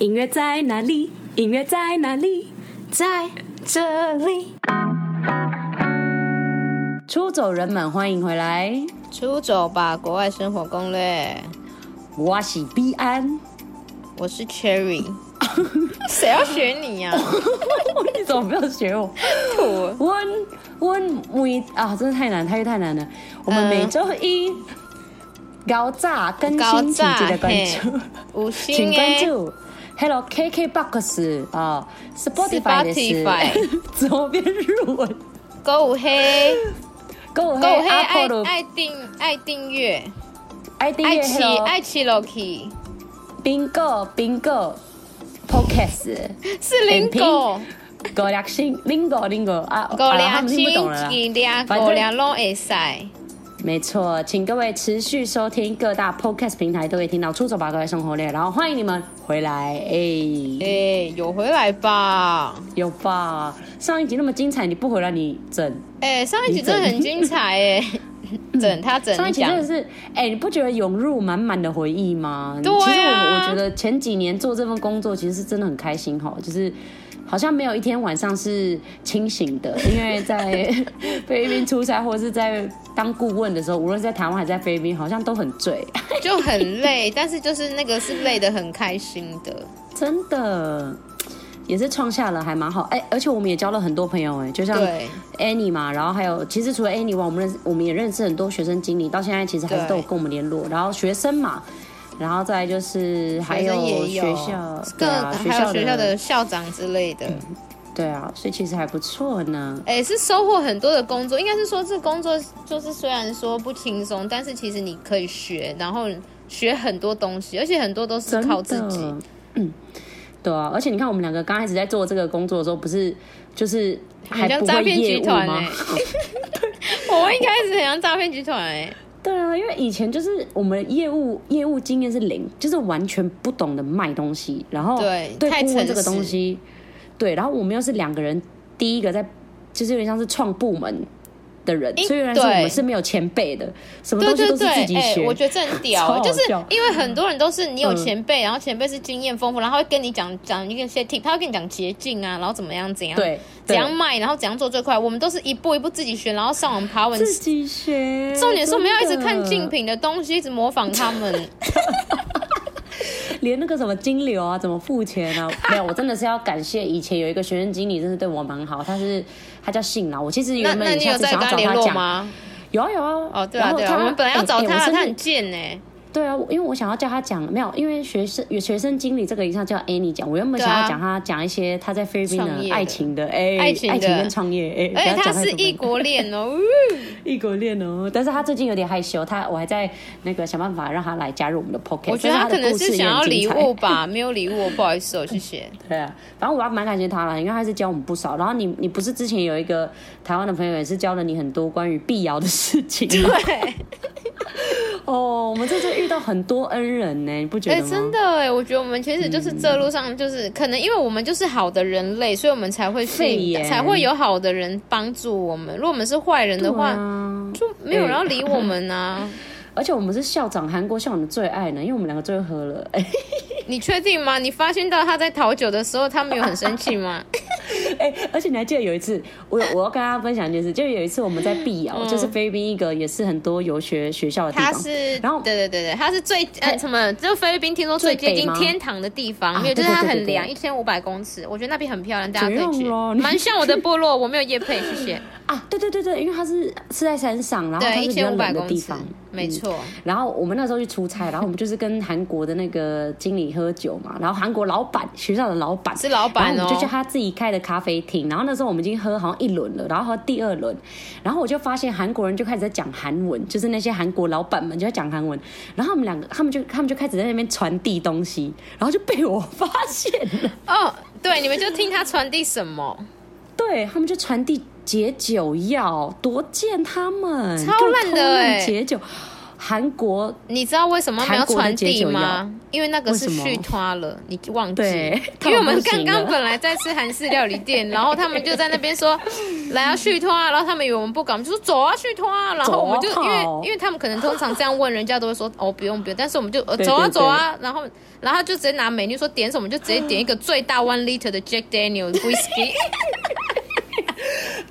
音乐在哪里？音乐在哪里？在这里，出走人们，欢迎回来！出走吧，国外生活攻略。我是必安， 我是 Cherry，谁要学你呀、哦啊？你怎么不要学我？土我我每啊，真的太难，太太难了。我们嗯每周一高炸更高新，请炸记得关嗯嘿注，五请星关哎、注。Hello KK Box 啊，Spotify 的是 Spotify 左边日文，勾五黑，够勾五黑，爱 Apple 哎的爱订爱订阅，爱订爱阅奇 Hello 爱奇 Loki Bingo Bingo Podcast 是零狗，狗粮星 Lingo Lingo 啊，狗啊他粮们听不懂了啦亲。几两反正嗯狗粮拢会塞。没错，请各位持续收听各大 podcast 平台，都可以听到《出走吧，各位生活类》，然后欢迎你们回来。哎、哎、有回来吧？有吧？上一集那么精彩，你不回来你整？哎、上一集真的很精彩哎、整他整嗯上一集讲真的是，哎、你不觉得涌入满满的回忆吗？对啊其实我我觉得前几年做这份工作，其实是真的很开心哈，就是。好像没有一天晚上是清醒的，因为 在菲律宾出差或是在当顾问的时候，无论是在台湾还是在菲律宾，好像都很醉，就很累，但是就是那个是累得很开心的。真的也是创下了还蛮好哎、而且我们也交了很多朋友哎、就像对， Annie 嘛，然后还有其实除了 Annie 外，我们认识我们也认识很多学生经理，到现在其实还是对都有跟我们联络，然后学生嘛。然后再来就是还学生也学校，对各、啊，还有学的校的，校长之类的，对啊，所以其实还不错呢。哎、是收获很多的工作。应该是说这工作就是虽然说不轻松，但是其实你可以学，然后学很多东西，而且很多都是真靠自己。的。嗯，对啊，而且你看，我们两个刚开始在做这个工作的时候，不是就是还很像不诈会骗业集务团吗哎、？ 我一开始很像诈骗集团哎、对啊，因为以前就是我们业务业务经验是零，就是完全不懂得卖东西，然后对对太顾问诚这个东实西，对，然后我们又是两个人，第一个在就是有点像是创部门的人，因所以原来是我对们是没有前辈的，什么对东西对都是对，哎自己学。我觉得这 很超屌，欸好就是笑因为很多人都是你有嗯前辈，然后前辈是经验丰富，然后他会跟你讲讲一些 tip，他会跟你讲捷径啊，然后怎么样怎样，对怎对样卖，然后怎样做最快。我们都是一步一步自己学，然后上网爬文。自己学。重点是我们要一直真的看竞，品的东西，一直模仿他 们。连那个什么金流啊，怎么付钱 啊？没有，我真的是要感谢以前有一个学生经理，真的对我蛮好，他是他叫信啊啦，我其实那原那本你下有次在想跟要找联他络讲。吗？有啊有啊，哦，对啊然后对啊，他我们本来要哎找哎我他，甚他至很贱欸呢。对啊，我因为我想要叫他讲，没有，因为学生学生经理这个一下叫 Annie 讲，我原本对啊想要讲他讲一些他在菲律宾创业的的爱情的，哎、爱情的跟创业，哎、而且不要他讲太是多异国恋哦，呜异国恋哦，但是他最近有点害羞，他我还在那个想办法让他来加入我们的 Pocket，我觉得他可能是想要但礼是他的故事也很物精吧，没有礼物，不好意思哦，谢谢。彩，对啊，反正我要蛮感谢他了，因为他是教我们不少，然后你你不是之前有一个台湾的朋友也是教了你很多关于碧瑶的事情吗？对。哦，我们这次遇到很多恩人呢，你不觉得哎、吗？真的哎、我觉得我们其实就是这路上就是、可能，因为我们就是好的人类，所以我们才会吸肺引炎才会有好的人帮助我们。如果我们是坏人的话，啊就没有人哎要理我们啊呐、而且我们是校长，韩国校长的最爱呢，因为我们两个最会喝了。 哎、你确定吗？你发现到他在逃酒的时候，他没有很生气 吗？哎而且你还记得有一次，我有我要跟大家分享一件事，就是有一次我们在碧瑶，就是菲律宾一个也是很多游学学校的地他方。嗯是，然后对对对对，他是最呃什么，就菲律宾听说最最接北近吗啊天堂的地方，没有，就对是它对对很对凉，对一千五百公尺，我觉得那边很漂亮，大家可怎以样去，咯你 蛮像我的部落，我没有夜配，谢谢。啊，对对对对，因为它是是在山上，然后它对，是一比千较五百冷的公地尺方，，嗯没错。然后我们那时候去出差，然后我们就是跟韩国的那个经理喝酒嘛，然后韩国老板学校的老板是老板然哦后我们就去他自己开的咖啡厅，然后那时候我们已经喝好像一轮了，然后喝第二轮，然后我就发现韩国人就开始在讲韩文，就是那些韩国老板们就在讲韩文，然后他们两个他们就他们就开始在那边传递东西，然后就被我发现了，哦，对，你们就听他传递什么，对他们就传递解酒药，多见他们，超烂给我的偷弄欸解酒。韩国你知道为什么没有传韩递国的解酒药吗？因为那个是为什么续拖了，你忘记对？因为我他们们刚不行了刚本来在吃韩式料理店，然后他们就在那边说来要续拖啊，然后他们以为我们不敢，我们就说走啊续拖啊，然后我们就走啊因为跑因为他们可能通常这样问人家都会说哦不用不用，但是我们就呃对走啊对对走啊，然后然后他就直接拿美女说点什么，我们就直接点一个最大 one liter 的 Jack Daniel whisky，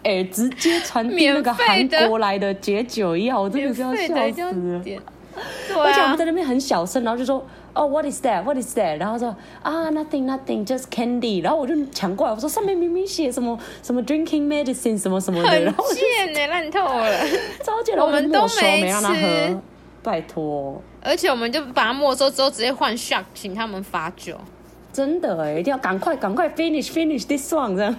哎、直接传递免那个费韩的国来的解酒药，我真的是要对笑的就死了。点，而对且我啊们在。那边很小声，然后就说哦、w h a t is that? What is that? 然后说啊、n o t h i n g nothing, just candy。然后我就抢过来，我说上面明明写什么什么 drinking medicine 什么什么的，很然后我就贱呢、欸烂透了。超贱，我们然后我就没收都没没让他吃喝，拜托，而且我们就把它没收之后，直接换 shark，请他们罚酒。真的哎，一定要赶快赶快 finish finish this one 这样。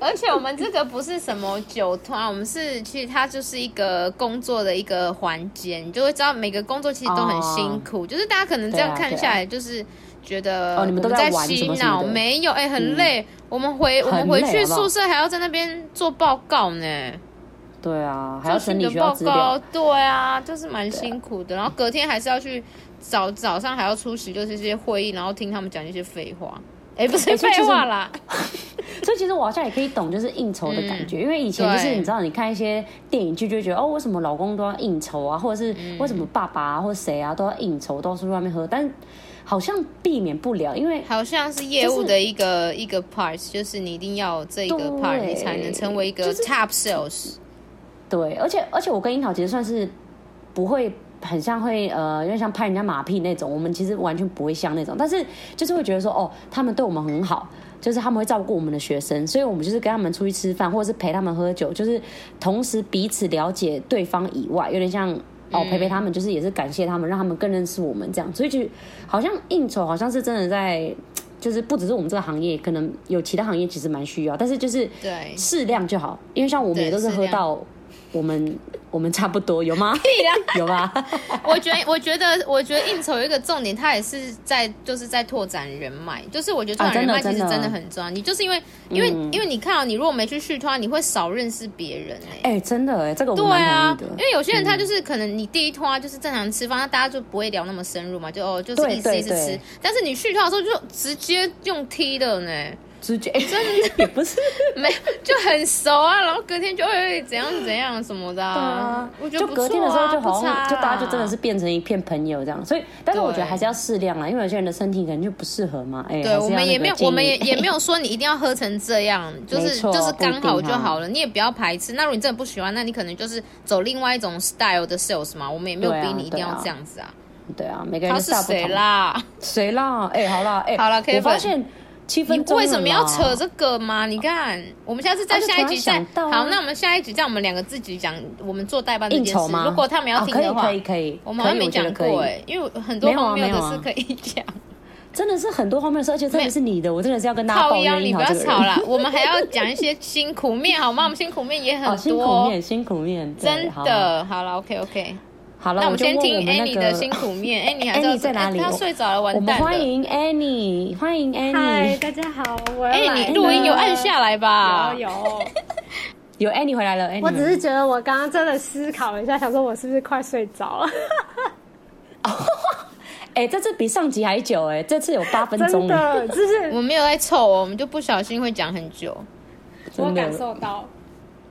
而且我们这个不是什么酒团，我们是其实它就是一个工作的一个环节，你就会知道每个工作其实都很辛苦。就是大家可能这样对啊看下来，就是觉得哦我你们们都在在玩什洗么什么脑，的没有哎、很累。我们回我很累们回去好不好宿舍还要在那边做报告呢，对啊，还做要整新理的学校报资料告，，对啊，就是蛮辛苦的。然后隔天还是要去早早上还要出席，就是这些会议，然后听他们讲一些废话。哎、不是哎所以废其实话啦，所以其实我好像也可以懂，就是应酬的感觉，因为以前就是对你知道，你看一些电影剧就会觉得哦，为什么老公都要应酬啊，或者是为什么爸爸啊或者谁啊都要应酬，都要出去外面喝，但好像避免不了，因为好像是业务的一个、一个 part，就是你一定要有这一个 part，对你才能成为一就个是 top sales。对，而且而且我跟樱桃其实算是不会很像会呃，有点像拍人家马屁那种，我们其实完全不会像那种，但是就是会觉得说哦，他们对我们很好。就是他们会照顾我们的学生，所以我们就是跟他们出去吃饭，或者是陪他们喝酒，就是同时彼此了解对方以外，有点像哦陪陪他们，就是也是感谢他们，让他们更认识我们这样。所以就好像应酬好像是真的在，就是不只是我们这个行业，可能有其他行业其实蛮需要，但是就是 对适量就好，因为像我们对也都是适喝量到我们 我们差不多有 吗？ 有吧？我觉得，我觉得，我觉得应酬有一个重点，它也是在就是在拓展人脉，就是我觉得拓啊展人脉其真的实真的嗯真的很重要。你就是因为因为、因为你看啊，你如果没去续托，你会少认识别人哎、哎、真的哎，这个我对蛮啊同意，因的。嗯为有些人他就是可能你第一通啊，就是正常吃饭，那大家就不会聊那么深入嘛，就哦就是对意思对意思吃对。但是你续托的时候就直接用踢的呢， 直觉真的 也不是没就很熟啊，然后隔天就会怎样怎样什么的、 啊。我觉就得不错隔啊天的时候就好不差像啊就大家就真的是变成一片朋友这样，所以但是我觉得还是要适量啦，因为有些人的身体可能就不适合嘛。哎、还对，是我要们那也个没有，建我们也议也没有说你一定要喝成这 样，就是没错就是刚好不一就定啊好了，你也不要排斥。那如果你真的不喜欢，那你可能就是走另外一种 style 的 sales 嘛，我们也没有对啊逼你一定要对啊这样子啊。 对啊，每个人他的是 style 不谁同。啦？谁啦？哎、好啦，哎、好啦我 Kevin 发现七你分钟为什么要了啦扯这个嘛？你看，我们下次在啊就下一集突然再想到啊好，那我们下一集再我们两个自己讲我们做代办这应件酬事吗？。如果他们要啊听的话，可以可以可以，我们还可以没我觉得讲可以过哎，因为很多没有啊荒谬没有的啊事可以讲。真的是很多方面的事，而且特别是你的，我真的是要跟大家靠抱腰，怨你樱不桃要这个人吵。啦，我们还要讲一些辛苦面好吗？我们辛苦面也 哦，很辛多苦哦，面，辛苦面， 对真。好的。好了，OK OK，好了，那我们就先问听我们 Annie 那的个辛苦面，Annie 还 Annie 知道在哪里她我睡着了，我完们蛋欢了。迎 Annie，欢迎嗨， Annie，大家好，我又哎，来你录音有按下来吧了？。有有有，Annie 回来了，Annie 我只是觉得我刚刚真的思考了一下，想说我是不是快睡着 了？哎，这次比上集还久哎，这次有八分真钟，的，就是我没有在凑哦，我们就不小心会讲很久。我真感的。受到，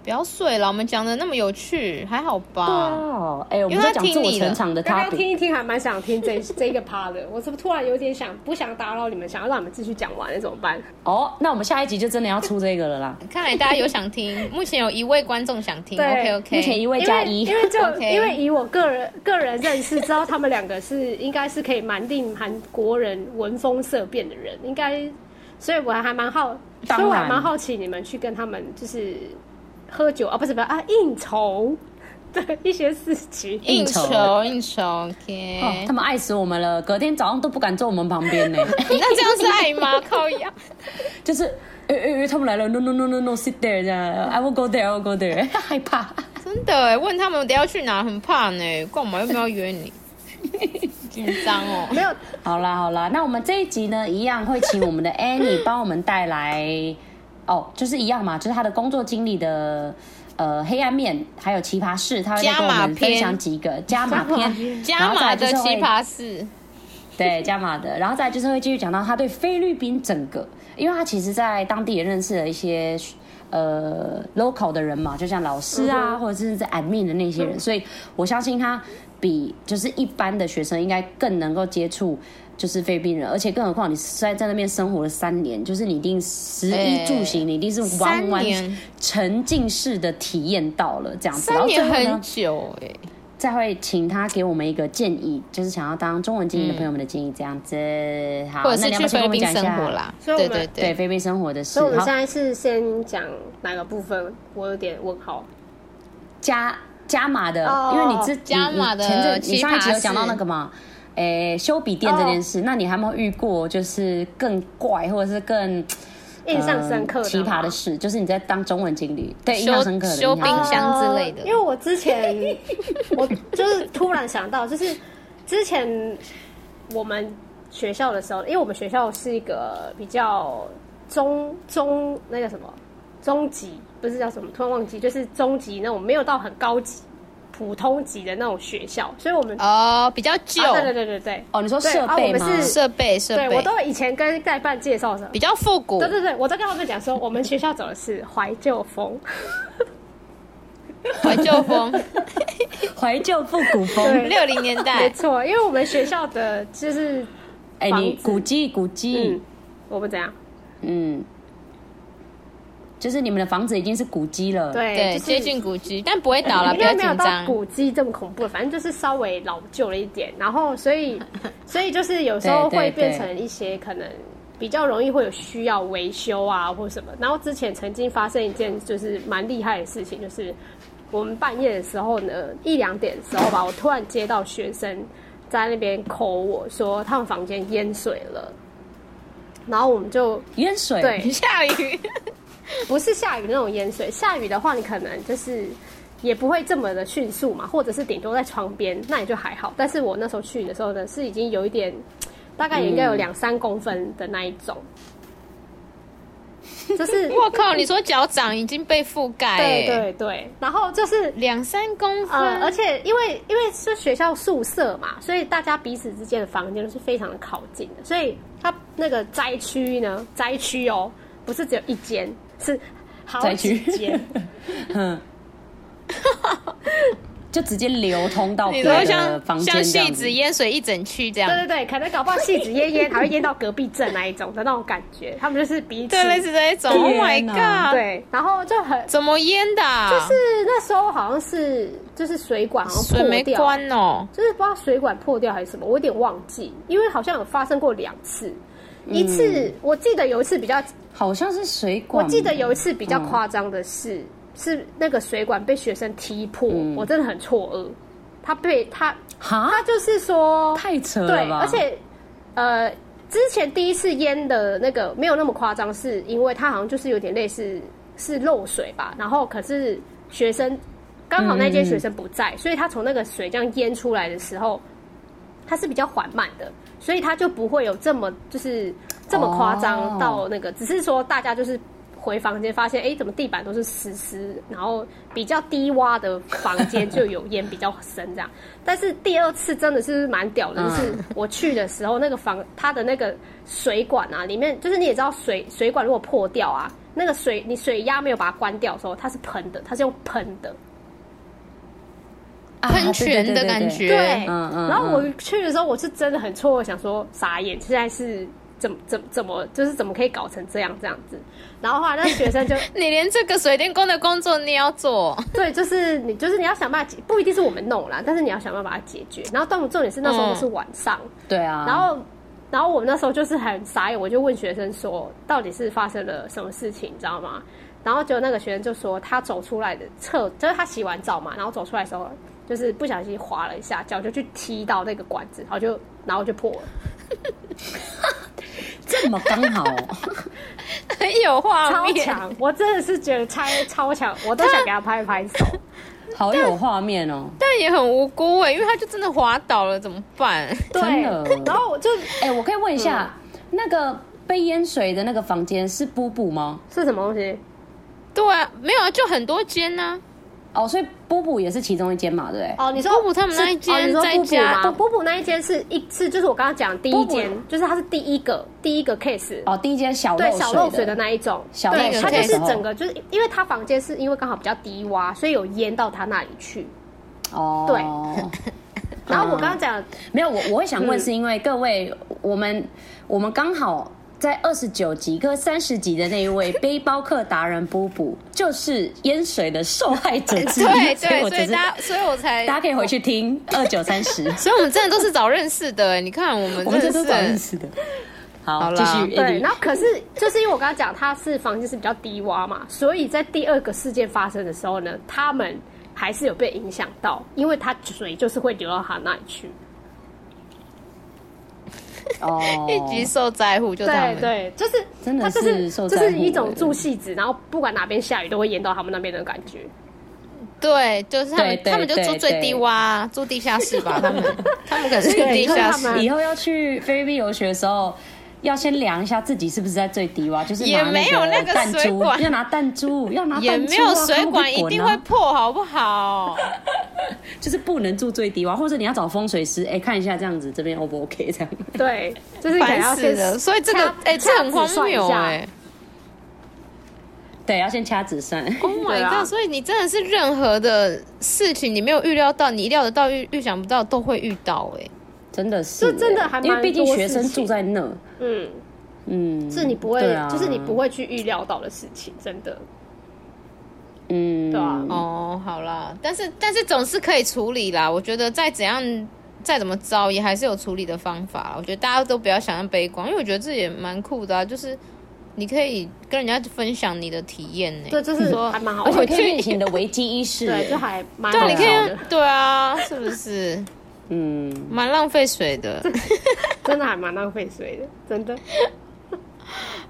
不要睡了，我们讲的那么有趣，还好吧？哦，哎，我因们为在他讲听自我你的成长的刚刚 topic，听一听还蛮想听这这一个趴的，我是不是突然有点想不想打扰你们，想要让你们继续讲完，那怎么办？哦，那我们下一集就真的要出这个了 啦。看来大家有想听，目前有一位观众想听对，OK 目前 OK。一位因加为一，因 为就 OK 因为以我个人个人认识，知道他们两个是应该是可以蛮令韩国人闻风色变的人，应该，所以我还蛮好，当然所以我还蛮好奇你们去跟他们就是喝酒啊，不是不是啊，应酬 的一些事情。应应酬酬应酬哦，OK，。他们爱死我们了，隔天早上都不敢坐我们旁边呢。 那这样是爱吗？靠腰。就是，呃呃呃，他们来了，no no no no no，sit there 这样，I will go there，I will go there，害 怕。真的哎，问他们等一下去哪，很怕呢。干嘛又不要约你？紧张哦。没有，好啦好啦，那我们这一集呢，一样会请我们的 Annie 帮我们带来，哦，就是一样嘛，就是她的工作经历的。呃黑暗面，还有奇葩事，他会再加跟我码们分篇享几个加码篇，然加后再码来就的是奇会葩事， 对，加码的，然后再来就是会继续讲到他对菲律宾整个，因为他其实在当地也认识了一些呃 local 的人嘛，就像老师啊，嗯或者是在 admin 的那些人，所以我相信他比就是一般的学生应该更能够接触。就是菲律宾人，而且更何况你是在在那边生活了三年，就是你一定食衣住行，你一定是完完哎三年沉浸式的体验到了这样子。然三后最年后呢很，久哎、再会请他给我们一个建议，就是想要当中文精英的朋友们的建议，这样子。好，或者那是你要不去要先菲跟律我们宾讲一生下活，啦。所以我对们对对对，菲律宾生活的事所以我。们好现，在是先讲哪个部分？我有点问号。加加码的，哦因为你之加码的你前阵你上一集奇葩有事讲到那个嘛，诶、修笔哦电这件事，那你还有没有遇过就是更怪或者是更印象深刻的呃奇吗葩的事？就是你在当中文经理，对，印象修深刻的修印象深刻冰箱之类的哦因为我之前 我就是突然想到，就是之前我们学校的时候，因为我们学校是一个比较中中那个什么中级，不是叫什么，突然忘记，就是中级那种没有到很高级。普通级的那种学校，所以我们、啊哦，比较旧啊、对对对对对，哦，你说对设啊备我们吗？是设备设对我备，都以前跟代办介绍什么比，较复古 对。对对，我都跟他们讲说，我们学校走的是怀旧风，怀旧风，怀旧复古风对，六零年没代，错，因为我们学校的就是哎、房你子古迹古迹。嗯，我们怎样？嗯，就是你们的房子已经是古迹了。，对， 对，接就是。近古迹，但不会倒了，应不要该没有紧到张。古迹这么恐怖，反正就是稍微老旧了一点，然后所 以所以就是有时候对对会变对成一些可能比较容易会有需要维修啊或什么。然后之前曾经发生一件就是蛮厉害的事情，就是我们半夜的时候呢，一两点的时候吧，我突然接到学生在那边 call 我说他们房间淹水了，然后我们就淹水。对下雨，不是下雨那种淹水，下雨的话，你可能就是也不会这么的迅速嘛，或者是顶多在床边，那也就还好。但是我那时候去的时候呢，是已经有一点，大概也应该有嗯两三公分的那一种， 就 是我靠！你说脚掌已经被覆盖，对哎对对，然后就是两三公呃，而分，且因为因为是学校宿舍嘛，所以大家彼此之间的房间都是非常的靠近的，所以它那个灾区呢，灾区哦，不是只有一间，是好灾几区间。嗯，就直接流通到你别说的像房间像这戏样子子。淹水一整区这样，对对对，可能搞不好戏子淹淹，还会淹到隔壁镇那一种的那种感觉，他们就是彼此对，类似啊这一种。Oh my 天哪 god！，对，然后就很怎么淹的啊？就是那时候好像是就是水管好像水破没掉，关哦，就是不知道水管破掉还是什么，我有点忘记，因为好像有发生过两次，嗯一次、我记得有一次比较，好像是水我管，记得有一次比较夸张的是、嗯是那个水管被学生踢破，我真的很错愕，他被他哈，他就是说太扯了对，吧？而且呃，之前第一次淹的那个没有那么夸张，是因为它好像就是有点类似是漏水吧，然后可是学生刚好那间学生不在，所以他从那个水这样淹出来的时候，它是比较缓慢的，所以它就不会有这么就是这么夸张哦到那个，只是说大家就是。回房间发现，哎、怎么地板都是湿湿，然后比较低洼的房间就有烟比较深这样。 但是第二次真的是蛮屌嗯的，就是我去的时候，那个房它的那个水管啊，里面就是你也知道水水管如果破掉啊，那个水你水压没有把它关掉的时候，它是喷的，它是用喷的，啊喷泉的感。对对对对对觉，对，嗯嗯然后我去的时候，我是真的很错愕，想说傻眼，现在是怎么怎么怎么，就是怎么可以搞成这样这样子？然后后来那学生就你连这个水电工的工作你也要做， 对，就是你就是你要想办法解，不一定是我们弄啦，但是你要想办法把它解决。然后重重点是那时候嗯是晚上，对啊，然后然后我那时候就是很傻眼，我就问学生说，到底是发生了什么事情，你知道吗？然后结果那个学生就说，他走出来的侧，就是他洗完澡嘛，然后走出来的时候，就是不小心滑了一下，脚就去踢到那个管子，然后就然后就破了。这么刚 好哦，很有画超面。强！我真的是觉得拆超强，我都想给他拍拍手。好有画面哦。但也很无辜哎、因为他就真的滑倒了，怎么办？对真的， 然后我嗯就哎，我可以问一下，那个被淹水的那个房间是布布吗？是什么东西？对啊，没有啊，就很多间呢、啊。哦，所以波波也是其中一间嘛，对不对？哦，你说布布他们那一是哦间你说在布布家吗？布布那一间是一是就是我刚刚讲第一间布布，就是它是第一个第一个 case，哦，第一间小对漏小漏水水的那一种，小漏对，水它就的是时候整个就是因为它房间是因为刚好比较低洼，所以有淹到它那里去。哦，对然后我刚刚讲没有，我我会想问，嗯是因为各位，我们我们刚好在二十九集跟三十集的那一位背包客达人布布，就是淹水的受害者之一， 对所以对，我所只以是大家，所以我才，大家可以回去听二九三十， 所以我们真的都是早认识的哎，你看我们我们这真都早认的是，识的。好好，啦继续对， Ellie 然后可是就是因为我刚刚讲它是房间是比较低洼嘛，所以在第二个事件发生的时候呢，他们还是有被影响到，因为它水就是会流到它那里去。哦，一级受灾户就他对们，对，就是真的它就是受就灾是户一种的住戏子，然后不管哪边下雨都会淹到他们那边的感觉。 对，就是他们对，对他们就住对最低对洼啊，住地下室吧，他们，他们可能是对地以后下他室们。以后要去菲律宾游学的时候，要先量一下自己是不是在最低洼，就是拿也没有那那个弹水珠，管要拿弹珠，要拿弹珠啊、也没有看水会不管，会一滚定啊会破，好不好？就是不能住最低洼，或者你要找风水师，哎、看一下这样子这边 O 不 OK 这样。对，就是可能烦要死先了！所以这个掐，哎，这掐很指荒算一谬下哎对，要先掐指算。 ！Oh 对 my 啊 god！所以你真的是任何的事情，你没有预料到，你意料得到、预预想不到，都会遇到哎。真的是欸，这真的还蛮因为毕竟多学生事情住在那，嗯，嗯，是你不会对，啊、就是你不，会去预料到的事情，真的。哎嗯，对啊哦，好啦，但是但是总是可以处理啦。我觉得再怎样再怎么糟，也还是有处理的方法。我觉得大家都不要想象悲观，因为我觉得这也蛮酷的啊，就是你可以跟人家分享你的体验呢、对，就是说还蛮好而玩且的，可以练习你的危机意识， 对，就还蛮对啊，好你笑可以啊的，对啊，是不是嗯，蛮浪费水的？真的还蛮浪费水的，真的。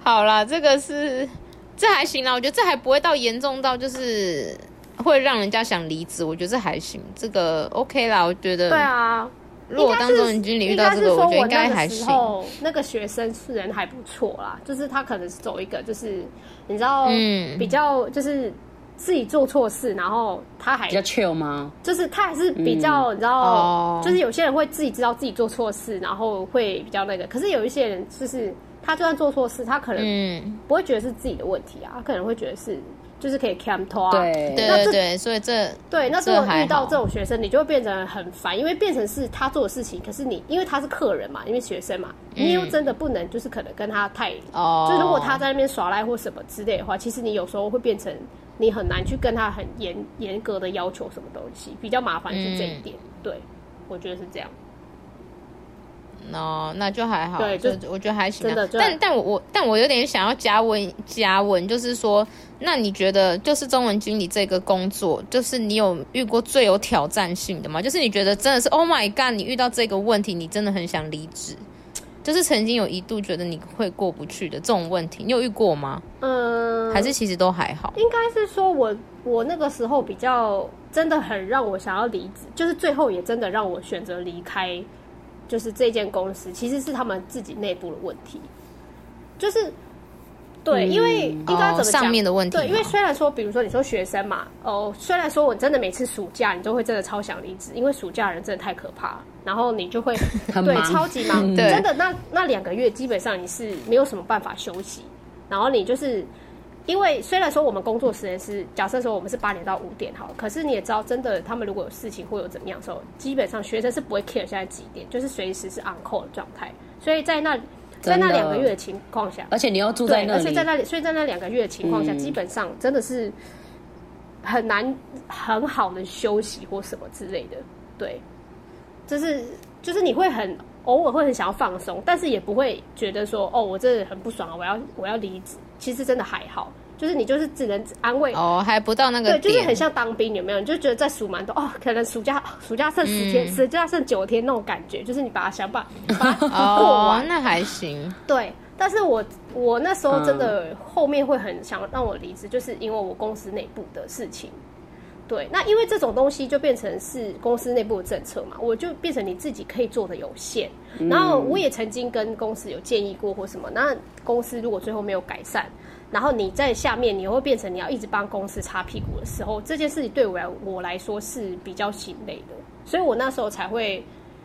好啦，这个是这还行啦，我觉得这还不会到严重到就是会让人家想离职，我觉得这还行，这个 OK 啦，我觉得对啊，如果应该当是中你经理遇到这个，应该是我说觉得应那该个还时行。候那个学生是人还不错啦，就是他可能是走一个，就是你知道，嗯比较就是自己做错事，然后他还比较 chill 吗？就是他还是比较，你知道，哦就是有些人会自己知道自己做错事，然后会比较那个。可是有一些人就是他就算做错事，他可能嗯，不会觉得是自己的问题啊，他可能会觉得是就是可以 cam 拖啊。对，对那对这对，所以这对，那这如果还遇到好这种学生，你就会变成很烦，因为变成是他做的事情，可是你因为他是客人嘛，因为学生嘛，你又真的不能就是可能跟他太，嗯哦，就如果他在那边耍赖或什么之类的话，其实你有时候会变成你很难去跟他很严严格的要求什么东西，比较麻烦是这嗯一点。对，我觉得是这样。哦，那就还好，对就就我觉得还行、啊。真的就但但我我但我有点想要加问加问，就是说，那你觉得就是中文经理这个工作，就是你有遇过最有挑战性的吗？就是你觉得真的是 Oh my God，你遇到这个问题，你真的很想离职，就是曾经有一度觉得你会过不去的这种问题，你有遇过吗？嗯，还是其实都还好？应该是说我我那个时候比较真的很让我想要离职，就是最后也真的让我选择离开，就是这间公司其实是他们自己内部的问题，就是对，因为应该嗯怎么哦、讲、上面的问题吗？对，因为虽然说，比如说你说学生嘛，哦，虽然说我真的每次暑假你都会真的超想离职，因为暑假人真的太可怕了，然后 你就会很对忙超级忙，嗯对真的那那两个月基本上你是没有什么办法休息，然后你就是。因为虽然说我们工作时间是假设说我们是八点到五点好了，可是你也知道，真的他们如果有事情或有怎么样的时候，基本上学生是不会 care 现在几点，就是随时是 on call 的状态。所以在那在真的那两个月的情况下，而且你又住在对，那而且里嗯在，那里，所以在那两个月的情况下，基本上真的是很难很好的休息或什么之类的。对，就是就是你会很偶尔会很想要放松，但是也不会觉得说哦，我真的很不爽啊，我要我要离职。其实真的还好，就是你就是只能安慰。哦，还不到那个对，点，就是很像当兵，有没有？你就觉得在数馒头哦，可能暑假暑假剩十嗯天，暑假剩九天那种感觉，就是你把它想把把它过哦完，，那还行。对，但是我我那时嗯候真的后面会很想让我离职，就是因为我公司内部的事情。对，那因为这种东西就变成是公司内部的政策嘛，我就变成你自己可以做的有限。嗯然后我也曾经跟公司有建议过或什么，那公司如果最后没有改善，然后你在下面你会变成你要一直帮公司擦屁股的时候，这件事情对我来我来说是比较心累的，所以我那时候才会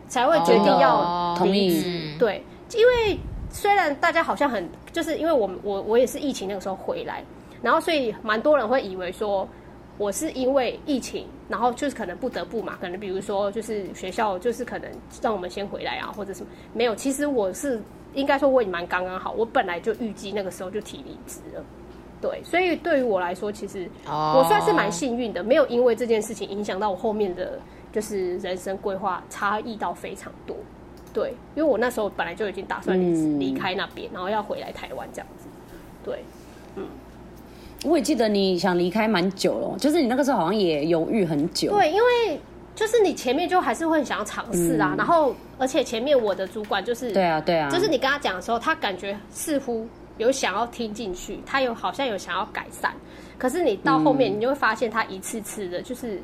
才会决定要哦同离意职。对，因为虽然大家好像很，就是因为我们我我也是疫情那个时候回来，然后所以蛮多人会以为说我是因为疫情，然后就是可能不得不嘛，可能比如说就是学校就是可能让我们先回来啊，或者什么没有，其实我是应该说我也蛮刚刚好，我本来就预计那个时候就提离职了。对，所以对于我来说，其实哦我算是蛮幸运的，没有因为这件事情影响到我后面的就是人生规划差异到非常多。对，因为我那时候本来就已经打算离职嗯离开那边，然后要回来台湾这样子。对，我也记得你想离开蛮久了，就是你那个时候好像也犹豫很久。，对，因为就是你前面就还是会很想要尝试啊，然后而且前面我的主管就是嗯对啊，对啊，就是你跟他讲的时候，他感觉似乎有想要听进去，他有好像有想要改善，可是你到嗯后面你就会发现他一次次的就是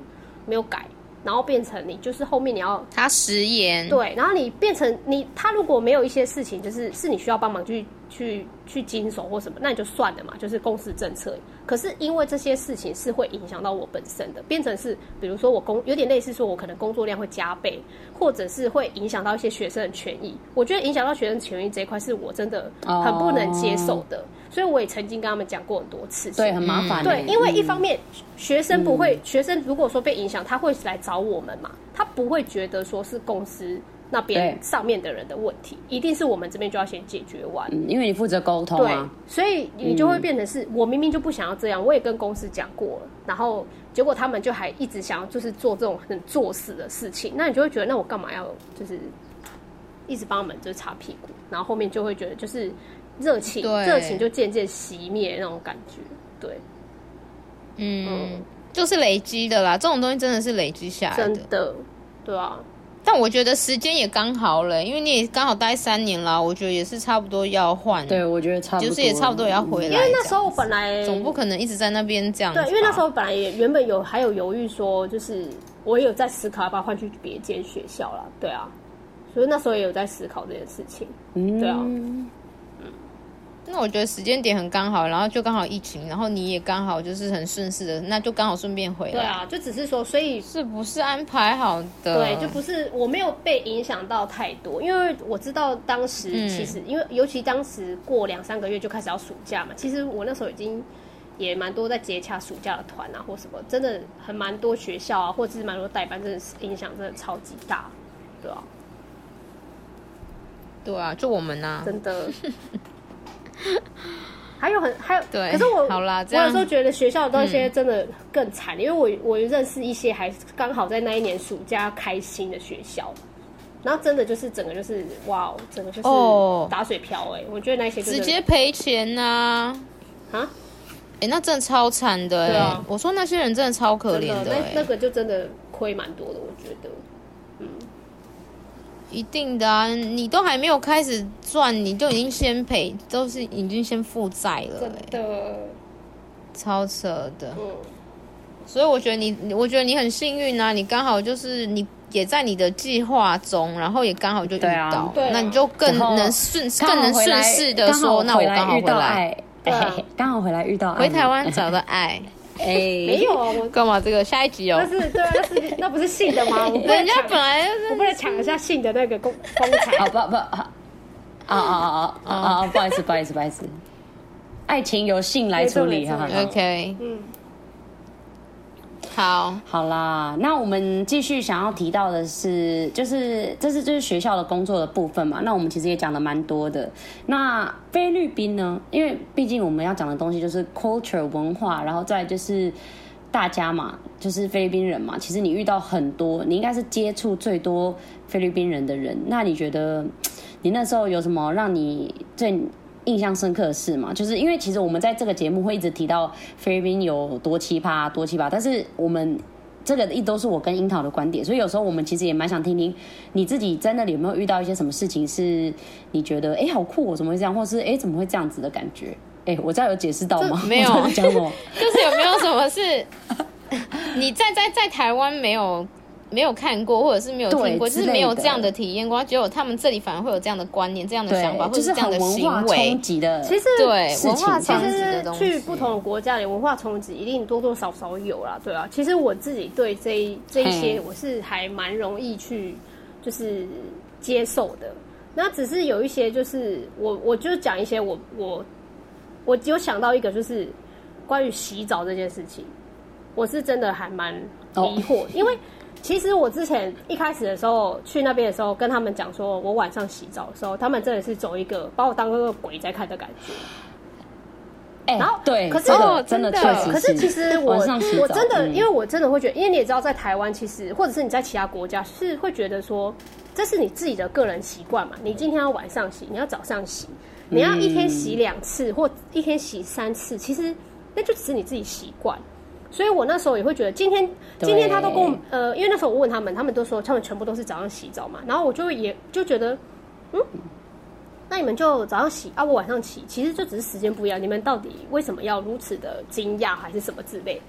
没有改，然后变成你就是后面你要他食言，，对，然后你变成你他如果没有一些事情就是是你需要帮忙去去去经手或什么，那你就算了嘛，就是公司政策。可是因为这些事情是会影响到我本身的，变成是比如说我工有点类似说我可能工作量会加倍，或者是会影响到一些学生的权益。我觉得影响到学生权益这一块是我真的很不能接受的，所以我也曾经跟他们讲过很多次。对，很麻烦欸、嗯对，因为一方面学生不嗯会，学生如果说被影响，他会来找我们嘛，他不会觉得说是公司那边对上面的人的问题，一定是我们这边就要先解决完。嗯因为你负责沟通对啊，，所以你就会变成是、我明明就不想要这样，我也跟公司讲过了，然后结果他们就还一直想要就是做这种很作死的事情，那你就会觉得那我干嘛要就是一直帮他们就是擦屁股，然后后面就会觉得就是热情对热情就渐渐熄灭那种感觉，对。嗯，就是累积的啦，这种东西真的是累积下来真的。的，对啊，但我觉得时间也刚好了，因为你也刚好待三年啦，我觉得也是差不多要换，对，，我觉得差不多，嗯就是也差不多也要回来。因为那时候我本来这样总不可能一直在那边这样子吧，对，因为那时候本来也原本有还有犹豫说，就是我也有在思考要不要换去别间学校啦，对啊，所以那时候也有在思考这件事情，嗯，对啊，那我觉得时间点很刚好，然后就刚好疫情，然后你也刚好就是很顺势的，那就刚好顺便回来，对，啊，就只是说，所以是不是安排好的？对，就不是我没有被影响到太多，因为我知道当时嗯其实、因为尤其当时过两三个月就开始要暑假嘛，其实我那时候已经也蛮多在接洽暑假的团啊或什么，真的很蛮多学校啊，或者是蛮多代班，真的是影响真的超级大，对啊，对啊，就我们呐、真的。 还有很还有，对可是我好啦这我样嗯有时候觉得学校的东西真的更惨，因为我我认识一些还刚好在那一年暑假开新的学校，然后真的就是整个就是哇哦，整个就哦是打水漂哎、我觉得那些就直是接赔钱呐、啊，哎、那真的超惨的、欸，对啊我说那些人真的超可真怜的的、欸，那那个就真的亏蛮多的，我觉得。一定的啊，你都还没有开始赚，你就已经先赔，都是已经先负债了、真欸，的，超扯的。嗯，所以我觉得你，你我觉得你很幸运啊，你刚好就是你也在你的计划中，然后也刚好就遇对啊到，对啊那你就更然后能顺刚更好能嗯回来顺势的说，那我刚好遇回到来，爱，对啊嘿嘿 刚好回来遇到爱回台湾找到爱，哎，没没有啊，我干嘛这个下一集哦那？是对啊，那是那不是信的吗？我不能人家抢本来哦就我是不能抢一下信的那个公公 产。啊不不啊啊啊啊啊啊！不好意思，不好意思，不好意思，爱情由性来处理没错哈。没错哈哈 OK，嗯，好，好啦，那我们继续想要提到的是，就是这是就是学校的工作的部分嘛。那我们其实也讲的蛮多的。那菲律宾呢，因为毕竟我们要讲的东西就是 culture 文化，然后再来就是大家嘛，就是菲律宾人嘛。其实你遇到很多，你应该是接触最多菲律宾人的人。那你觉得你那时候有什么让你最印象深刻的事嘛，就是因为其实我们在这个节目会一直提到菲律宾有多奇葩，多奇葩，但是我们这个一都是我跟樱桃的观点，所以有时候我们其实也蛮想听听你自己在那里有没有遇到一些什么事情，是你觉得哎、诶好酷、哦，怎么会这样，或是哎、诶怎么会这样子的感觉？哎、我这样有解释到吗？这没有我这样讲我就是有没有什么是 你在在在台湾没有没有看过，或者是没有对听过，就之是类没有的这样的体验过，结果他们这里反而会有这样的观念、这样的想法，对，或就者是这样很的文化行为冲。击的，其实对事文情化这样冲其击的实东去西，不同的国家里，文化冲击一定多多少少有啦，对啊。其实我自己对这一这一些，嗯我是还蛮容易去就是接受的。那只是有一些，就是我我就讲一些我我我只有想到一个，就是关于洗澡这件事情，我是真的还蛮疑惑，哦因为其实我之前一开始的时候去那边的时候，跟他们讲说我晚上洗澡的时候，他们真的是走一个把我当个鬼在看的感觉。哎，然后对，可是这个哦真的真确的实，哎可是其实我晚上洗澡我真的，嗯因为我真的会觉得，因为你也知道，在台湾其实或者是你在其他国家是会觉得说，这是你自己的个人习惯嘛。你今天要晚上洗，你要早上洗，你要一天洗嗯两次或一天洗三次，其实那就只是你自己习惯。所以我那时候也会觉得，今天对今天他都跟我呃，因为那时候我问他们，他们都说他们全部都是早上洗澡嘛，然后我就会也就觉得，嗯，那你们就早上洗啊，我晚上洗，其实就只是时间不一样，你们到底为什么要如此的惊讶还是什么之类？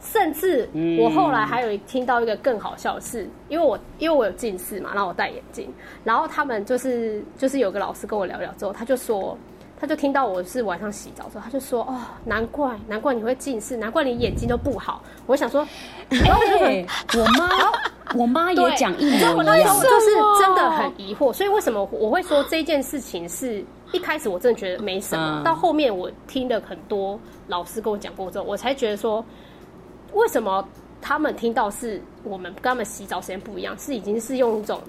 甚至我后来还有听到一个更好笑的事，因为我因为我有近视嘛，然后我戴眼镜，然后他们就是就是有个老师跟我聊聊之后，他就说。他就听到我是晚上洗澡之后，他就说：“哦，难怪，难怪你会近视，难怪你眼睛都不好。”我想说，然后我就很哎，我妈，我妈也对讲一模所以我那一时样候，哦就是真的很疑惑，所以为什么我会说这件事情是一开始我真的觉得没什么，嗯到后面我听了很多老师跟我讲过之后，我才觉得说，为什么他们听到是我们跟他们洗澡时间不一样，是已经是用一种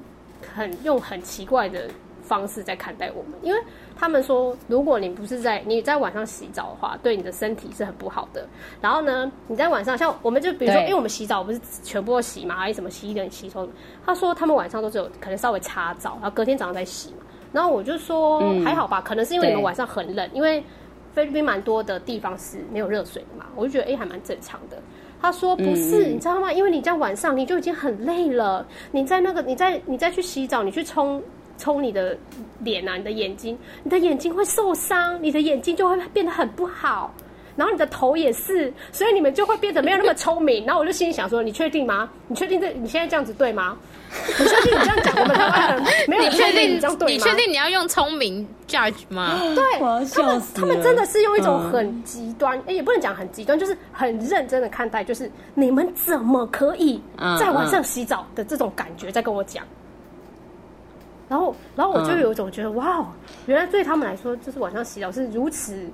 很用很奇怪的方式在看待我们，因为他们说，如果你不是在你在晚上洗澡的话，对你的身体是很不好的。然后呢，你在晚上像我们就比如说，对因为我们洗澡不是全部都洗嘛，还有什么洗衣人、洗头，他说他们晚上都只有可能稍微擦澡，然后隔天早上再洗嘛。然后我就说、嗯还好吧，可能是因为你们对晚上很冷，因为菲律宾蛮多的地方是没有热水的嘛，我就觉得哎、诶还蛮正常的。他说不是，嗯你知道吗？因为你在晚上你就已经很累了，你在那个你在你再去洗澡，你去冲冲你的脸啊，你的眼睛，你的眼睛会受伤，你的眼睛就会变得很不好。然后你的头也是，所以你们就会变得没有那么聪明。然后我就心里想说：你确定吗？你确定这你现在这样子对吗？你确定你这样讲我们台湾人没有你人确定定你这样对吗？你确定你要用聪明 judge 吗？对，我要他笑们死他们真的了是用一种嗯很极端，诶也不能讲很极端，就是很认真的看待，就是你们怎么可以嗯在晚上洗澡的这种感觉在跟我讲。然后，然后我就嗯有一种觉得，哇哦，原来对他们来说，就是晚上洗澡是如此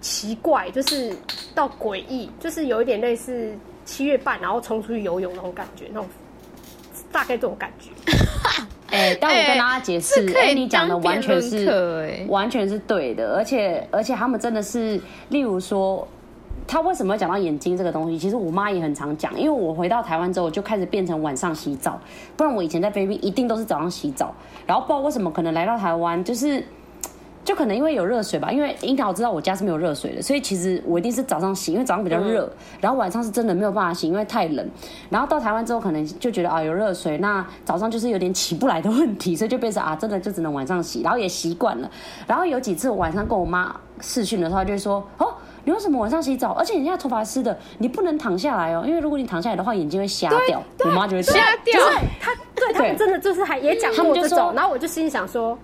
奇怪，就是到诡异，就是有一点类似七月半然后冲出去游泳那种感觉，那种大概这种感觉。哎，但我跟哎大家解释，可以哎，你讲的当完全辩论是课哎完全是对的，而且而且他们真的是，例如说。他为什么会讲到眼睛这个东西？其实我妈也很常讲，因为我回到台湾之后，我就开始变成晚上洗澡，不然我以前在菲律宾一定都是早上洗澡。然后不知道为什么，可能来到台湾就是就可能因为有热水吧，因为樱桃知道我家是没有热水的，所以其实我一定是早上洗，因为早上比较热，然后晚上是真的没有办法洗，因为太冷。然后到台湾之后，可能就觉得啊有热水，那早上就是有点起不来的问题， 所以就变成啊真的就只能晚上洗，然后也习惯了。然后有几次我晚上跟我妈视讯的时候，她就会说哦。你为什么晚上洗澡？而且你现在头发湿的，你不能躺下来哦，因为如果你躺下来的话，眼睛会瞎掉。我妈就会说瞎掉就是他对他对们真的就是还也讲他过们就这说种，然后我就心里想说，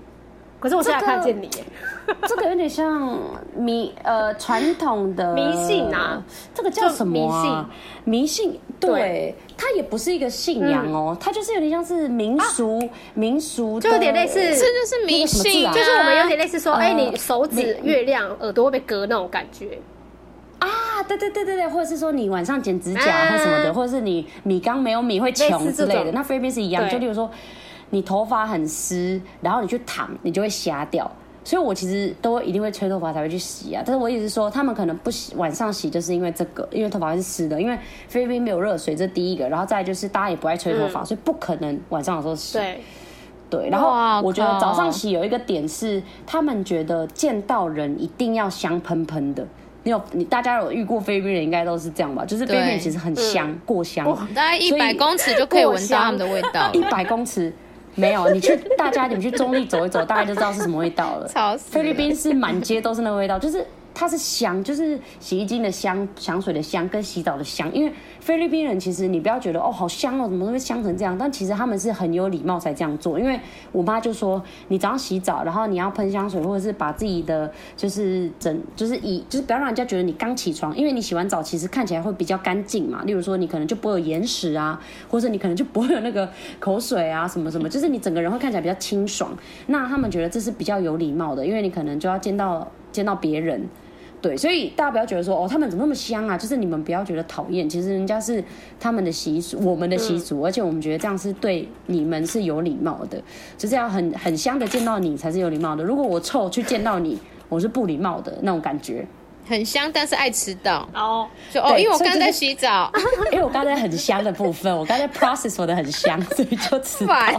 可是我现在这个看得见你耶， 这个有点像迷呃传统的迷信啊，这个叫什么、啊？迷信，对，对嗯它也不是一个信仰哦，它就是有点像是民俗、民俗的，啊就有点类似这就是迷信、啊，就是我们有点类似。似说，呃哎，你手指月亮，耳朵会被割那种感觉，啊，对对对对对，或者是说你晚上剪指甲啊或什么的，或者是你米缸没有米会类穷似之这类的。种那菲律宾是一样，对就例如说你头发很湿，然后你去躺，你就会瞎掉。所以我其实都会一定会吹头发才会去洗啊，但是我一直说他们可能不洗晚上洗，就是因为这个，因为头发是湿的，因为菲律宾没有热水，这第一个，然后再来就是大家也不爱吹头发，嗯所以不可能晚上的时候洗。对，对，然后哇我觉得靠早上洗有一个点是，他们觉得见到人一定要香喷喷的。你有你大家有遇过菲律宾人，应该都是这样吧？就是菲律宾人对嗯其实很香，过香，大概一所百以公尺就可以过闻到他们的香味道一了，百公尺没有，你去大家你们去中立走一走，大概就知道是什么味道了。吵死菲了律宾是满街都是那个味道，就是它是香，就是洗衣精的香、香水的香跟洗澡的香。因为菲律宾人其实你不要觉得哦好香哦，怎么会香成这样？但其实他们是很有礼貌才这样做。因为我妈就说，你早上洗澡，然后你要喷香水，或者是把自己的就是整就是以就是不要让人家觉得你刚起床，因为你洗完澡其实看起来会比较干净嘛。例如说你可能就不会有眼屎啊，或者你可能就不会有那个口水啊什么什么，就是你整个人会看起来比较清爽。那他们觉得这是比较有礼貌的，因为你可能就要见到见到别人。对，所以大家不要觉得说哦，他们怎么那么香啊？就是你们不要觉得讨厌，其实人家是他们的习俗，我们的习俗，而且我们觉得这样是对你们是有礼貌的，就是要很很香的见到你才是有礼貌的。如果我臭去见到你，我是不礼貌的那种感觉。很香，但是爱迟到。哦，就哦，对因为我所以刚就是哦在洗 澡，因为我刚才很香的部分，我刚才 process 我的很香，所以就迟到。烦。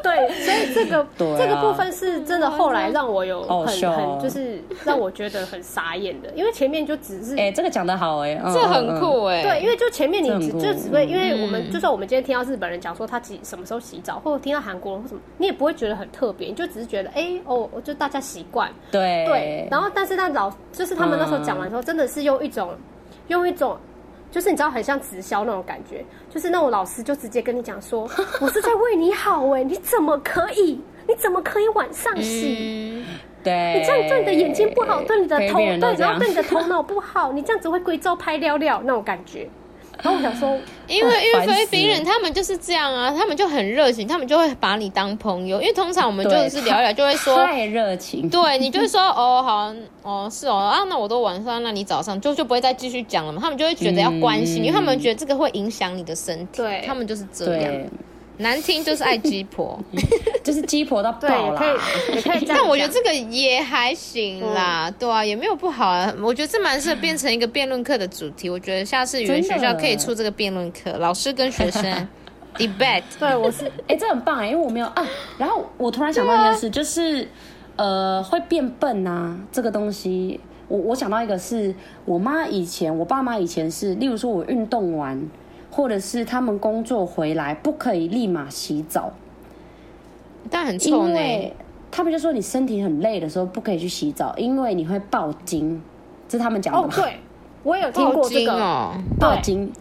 对，所以这个、 对啊这个部分是真的，后来让我有好很笑哦很就是让我觉得很傻眼的，因为前面就只是哎、这个讲的好哎、嗯这嗯很嗯酷哎、对，因为就前面你这很嗯只酷就只会，因为我们就算我们今天听到日本人讲说他几什么时候洗澡，或者听到韩国人或什么，你也不会觉得很特别，你就只是觉得哎、哦，就大家习惯嗯对对。然后但是那老就是他们那时候讲完之后，真的是用一种用一种。就是你知道很像直销那种感觉，就是那种老师就直接跟你讲说，我是在为你好哎、你怎么可以，你怎么可以晚上洗？嗯，对，你这样对你的眼睛不好，对你的菲头律宾人都对，这然样后对你的头脑不好，你这样子会贵招拍撩撩那种感觉。然后我想说，因为因 烦为死了菲律宾人他们就是这样啊，他们就很热情，他们就会把你当朋友。因为通常我们就对是聊一聊，就会 说，太热情，对你就会说 哦好哦是哦啊那我都晚上，那你早上就就不会再继续讲了嘛。他们就会觉得要关心，嗯因为他们觉得这个会影响你的身体。对他们就是这样，对，难听就是爱鸡 婆。就是鸡婆到对， 爆也可啦。以，也可以这样讲。但我觉得这个也还行嗯啦，对啊，也没有不好啊。我觉得这蛮适合变成一个辩论课的主题。我觉得下次语言真学的校可以出这个辩论课，老师跟 学生 debate。对我是哎、这很棒哎、因为我没有啊。然后我突然想到一件事，就是呃，会变笨啊，这个东西。我我想到一个是我妈以前，我爸妈以前是，例如说我运动完，或者是他们工作回来，不可以立马洗澡，但很因臭呢，为他们就说你身体很累的时候不可以去洗澡，因为你会爆精，这是他们讲的哦吧，？对，我也有听爆过这精个，哦，爆精，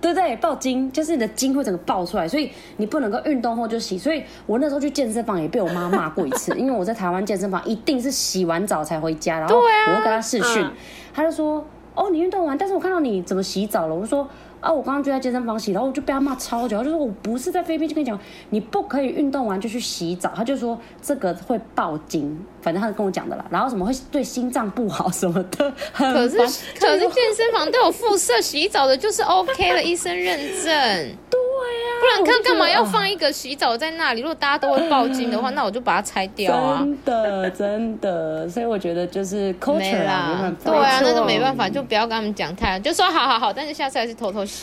对不对？爆精就是你的精会整个爆出来，所以你不能够运动后就洗。所以我那时候去健身房也被我妈骂过一次，因为我在台湾健身房一定是洗完澡才回家，然后我又跟她视讯，嗯她就说：“哦，你运动完，但是我看到你怎么洗澡了？”我就说。啊！我刚刚就在健身房洗，然后我就被她骂超久。她就说我不是在菲律宾，就跟你讲，你不可以运动完就去洗澡。她就说这个会爆精，反正她是跟我讲的啦。然后什么会对心脏不好什么的，很可是烦嗯就可是说健身房都有附设洗澡的，就是 OK 的医生认证。对呀、不然我看就觉得干嘛要啊放一个洗澡在那里？如果大家都会爆精的话，那我就把它拆掉啊。真的，真的，所以我觉得就是没 culture 啊，没啦办，法，对啊，那就没办法。法，就不要跟他们讲太，就说好好好，但是下次还是偷偷洗。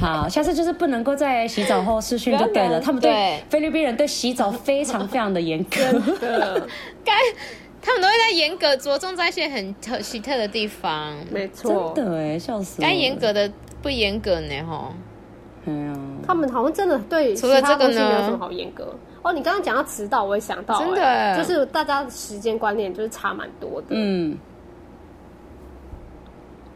好，下次就是不能够在洗澡后视讯就对不要了。拿他们对对菲律宾人对洗澡非常非常的严格，嗯该他们都会在严格着重在一些很特奇特的地方，没真错，的哎，笑死我了。该严格的不严格呢吼。哎呀，他们好像真的对除了其他这个东西没有呢什么好严格。哦，你刚刚讲到迟到，我也想到、真的哎就是大家时间观念就是差蛮多的。嗯，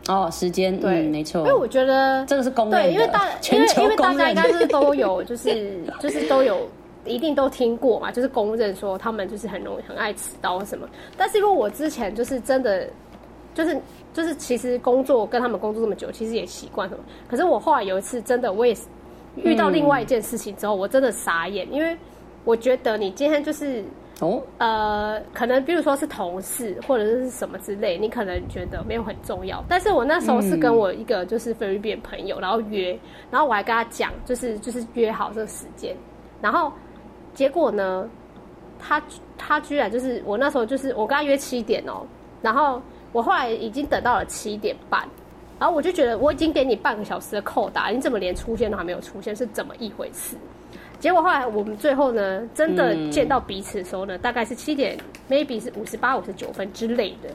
哦，时间，对，嗯，没错，因为我觉得这个是公认的对，因为大因全为球因为大公家认应该是 都有，就是就是都有。一定都听过嘛，就是公认说他们就是很容易很爱迟到什么。但是因为我之前就是真的，就是就是其实工作跟他们工作这么久，其实也习惯什么。可是我后来有一次真的，我也是遇到嗯另外一件事情之后，我真的傻眼，因为我觉得你今天就是哦，呃，可能比如说是同事或者是什么之类，你可能觉得没有很重要。但是我那时候是跟我一个就是菲律宾朋友，然后约，然后我还跟他讲，就是就是约好这个时间，然后结果呢，他他居然就是我那时候就是我跟他约七点哦，然后我后来已经等到了七点半，然后我就觉得我已经给你半个小时的扣打，你怎么连出现都还没有出现，是怎么一回事？结果后来我们最后呢，真的见到彼此的时候呢，大概是七点，maybe 是五十八、五十九分之类的，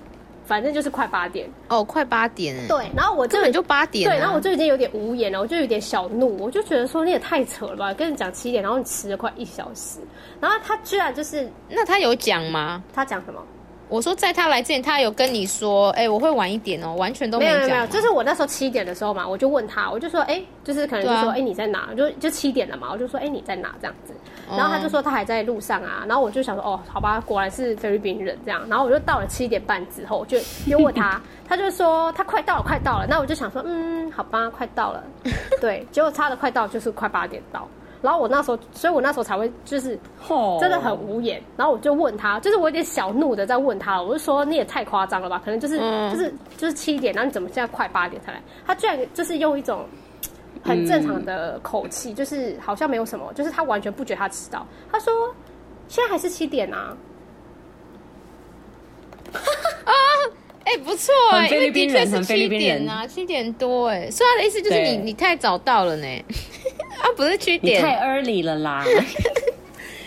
反正就是快八点。哦，快八点哎，，对，然后我这根个本就八点啊。对，然后我就已经有点无言了，我就有点小怒，我就觉得说你也太扯了吧，跟你讲七点，然后你迟了快一小时，然后他居然就是那他有讲吗？他讲什么？我说在他来之前，他有跟你说，哎、我会晚一点哦，完全都没有没讲有嘛。没有，就是我那时候七点的时候嘛，我就问他，我就说，哎、就是可能就对啊说，哎、你在哪？就就七点了嘛，我就说，哎、你在哪？这样子，哦然后他就说他还在路上啊，然后我就想说，哦，好吧，果然是菲律宾人这样，然后我就到了七点半之后，我就又问他， 他就说他快到了，快到了，那我就想说，嗯，好吧，快到 了，对，结果差的快到就是快八点到。然后我那时候，所以我那时候才会就是哦真的很无言。然后我就问他，就是我有点小怒的在问他，我就说你也太夸张了吧？可能就是、嗯就是就是七点，然后你怎么现在快八点才来？他居然就是用一种很正常的口气，就是好像没有什么，就是他完全不觉得他迟到。他说现在还是七点啊，哎、不错哎、很因菲为律的宾确人是很菲七律宾人点啊，七点多哎、所以他的意思就是你对你太早到了呢，啊不是七你太点， early 了啦。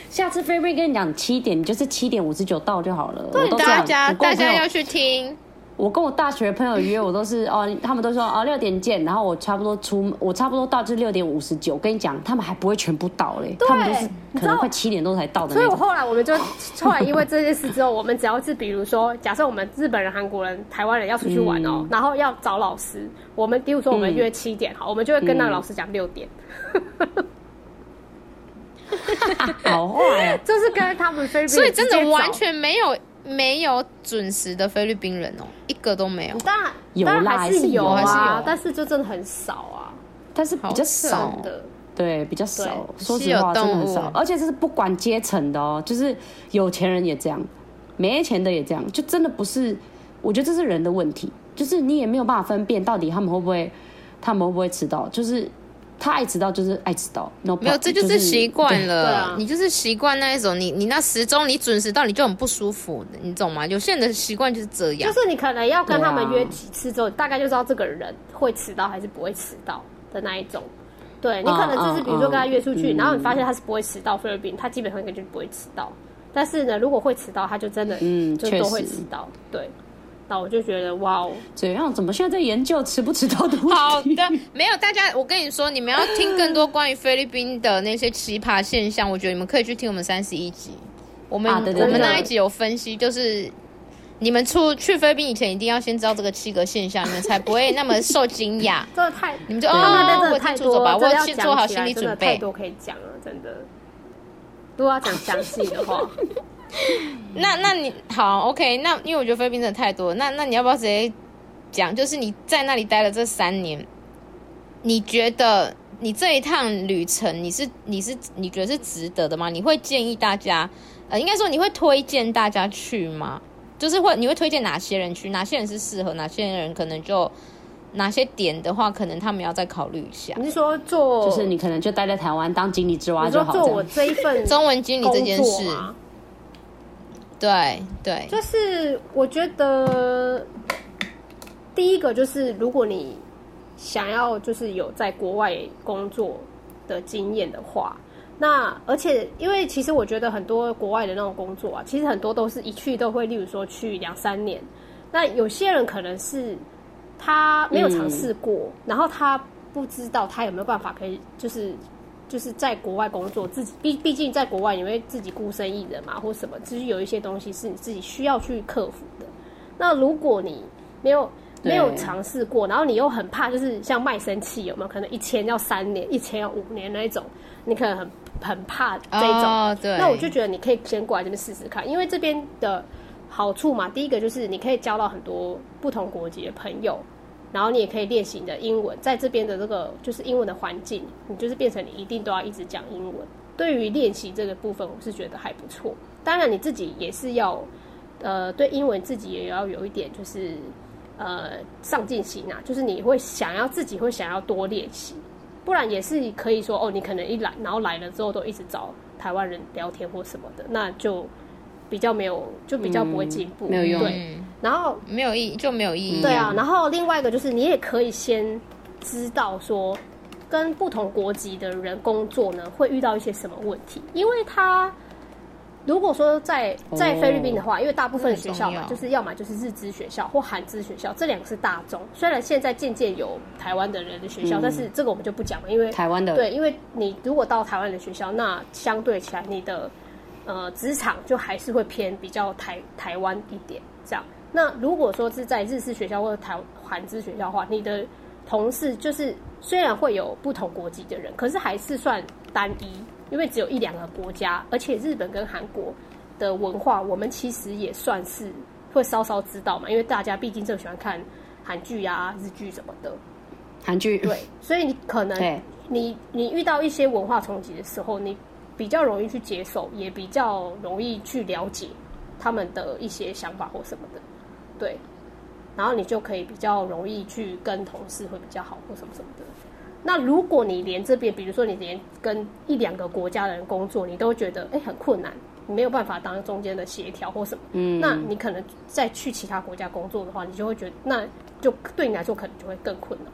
下次菲菲跟你讲七点，你就是七点五十九到就好了。我都这大样家我跟大我朋家友要去听，我跟我大学朋友约，我都是哦，他们都说哦六点见，然后我差不多出，我差不多到就是六点五十九。跟你讲，他们还不会全部到嘞，对他们都是你知可道能快七点多才到的所以那我种。后来我们就后来因为这件事之后，我们只要是比如说，假设我们日本人、韩国人、台湾人要出去玩嗯哦，然后要找老师，我们比如说我们约七点好，我们就会跟那个老师讲六点， 好坏哦，这是跟他们菲律宾所以人真直的接完找全没有没有准时的菲律宾人哦，一个都没有。当然有当啦然还是有还是有啊啊，但是就真的很少啊，但是比较少好扯的。对，比较少。对说实话，稀真有动物的很少，而且这是不管阶层的哦，就是有钱人也这样，没钱的也这样，就真的不是。我觉得这是人的问题，就是你也没有办法分辨到底他们会不会，他们会不会迟到，就是他爱迟到就是爱迟到，no problem，没有，这就是习惯了。对啊你就是习惯那一种，你你那时钟你准时到，你就很不舒服，你懂吗？有些人的习惯就是这样。就是你可能要跟他们对啊约几次之后，你大概就知道这个人会迟到还是不会迟到的那一种。对你嗯可能就是比如说跟他约出去，嗯嗯然后你发现他是不会迟到，菲律宾他基本上应该就不会迟到。但是呢，如果会迟到，他就真的嗯就确都会实迟到。对，那我就觉得哇哦，怎样？怎么现在在研究迟不迟到的问题？好的，没有大家，我跟你说，你们要听更多关于菲律宾的那些奇葩现象，我觉得你们可以去听我们三十一集，我们、啊对对我们对那一集有分析，就是你们出去菲律宾以前一定要先知道这个七个现象，你们才不会那么受惊讶。真的太你 们就他们那边哦我真，的先太出走多，吧，真我的要先讲做好起心来理真准的太备。多可以讲了，真的。如果要讲详细的话，那那你好，OK，那因为我觉得菲律宾真的太多了，那那你要不要直接讲？就是你在那里待了这三年，你觉得你这一趟旅程，你是你是你觉得是值得的吗？你会建议大家，呃，应该说你会推荐大家去吗？就是会你会推荐哪些人去？哪些人是适合？哪些人可能就哪些点的话，可能他们要再考虑一下。 你是说做 就是你可能就待在台湾当经理之蛙你就说好，做这我样这一份中文经理这件工作事，吗对对，就是我觉得第一个就是，如果你想要就是有在国外工作的经验的话，那而且因为其实我觉得很多国外的那种工作啊，其实很多都是一去都会，例如说去两三年。那有些人可能是他没有尝试过，然后他不知道他有没有办法可以就是就是在国外工作，自己毕毕竟在国外你会自己孤身一人嘛，或什么，就是有一些东西是你自己需要去克服的。那如果你没有对没有尝试过，然后你又很怕，就是像卖身契有没有可能一签要三年，一签要五年那一种，你可能很很怕这一种。哦，对，那我就觉得你可以先过来这边试试看，因为这边的好处嘛，第一个就是你可以交到很多不同国籍的朋友，然后你也可以练习你的英文，在这边的这个就是英文的环境，你就是变成你一定都要一直讲英文。对于练习这个部分，我是觉得还不错。当然你自己也是要，呃，对英文自己也要有一点就是呃上进心啊，就是你会想要自己会想要多练习。不然也是可以说哦，你可能一来，然后来了之后都一直找台湾人聊天或什么的，那就比较没有，就比较不会进步，嗯没有用对，嗯，然后没有意义就没有嗯意义、对啊，然后另外一个就是你也可以先知道说，跟不同国籍的人工作呢会遇到一些什么问题，因为他如果说在在哦菲律宾的话，因为大部分学这校很重嘛要，就是要么就是日资学校或韩资学校，这两个是大众。虽然现在渐渐有台湾的人的学校，嗯但是这个我们就不讲了，因为台湾的对，因为你如果到台湾的学校，那相对起来你的呃职场就还是会偏比较台台湾一点这样。那如果说是在日式学校或者台韩资学校的话，你的同事就是虽然会有不同国籍的人，可是还是算单一，因为只有一两个国家，而且日本跟韩国的文化，我们其实也算是会稍稍知道嘛，因为大家毕竟正喜欢看韩剧呀、日剧什么的，韩剧对，所以你可能 对你你遇到一些文化冲击的时候，你比较容易去接受，也比较容易去了解他们的一些想法或什么的，对，然后你就可以比较容易去跟同事会比较好或什么什么的。那如果你连这边，比如说你连跟一两个国家的人工作，你都觉得哎很困难，你没有办法当中间的协调或什么，嗯那你可能再去其他国家工作的话，你就会觉得那就对你来说可能就会更困难。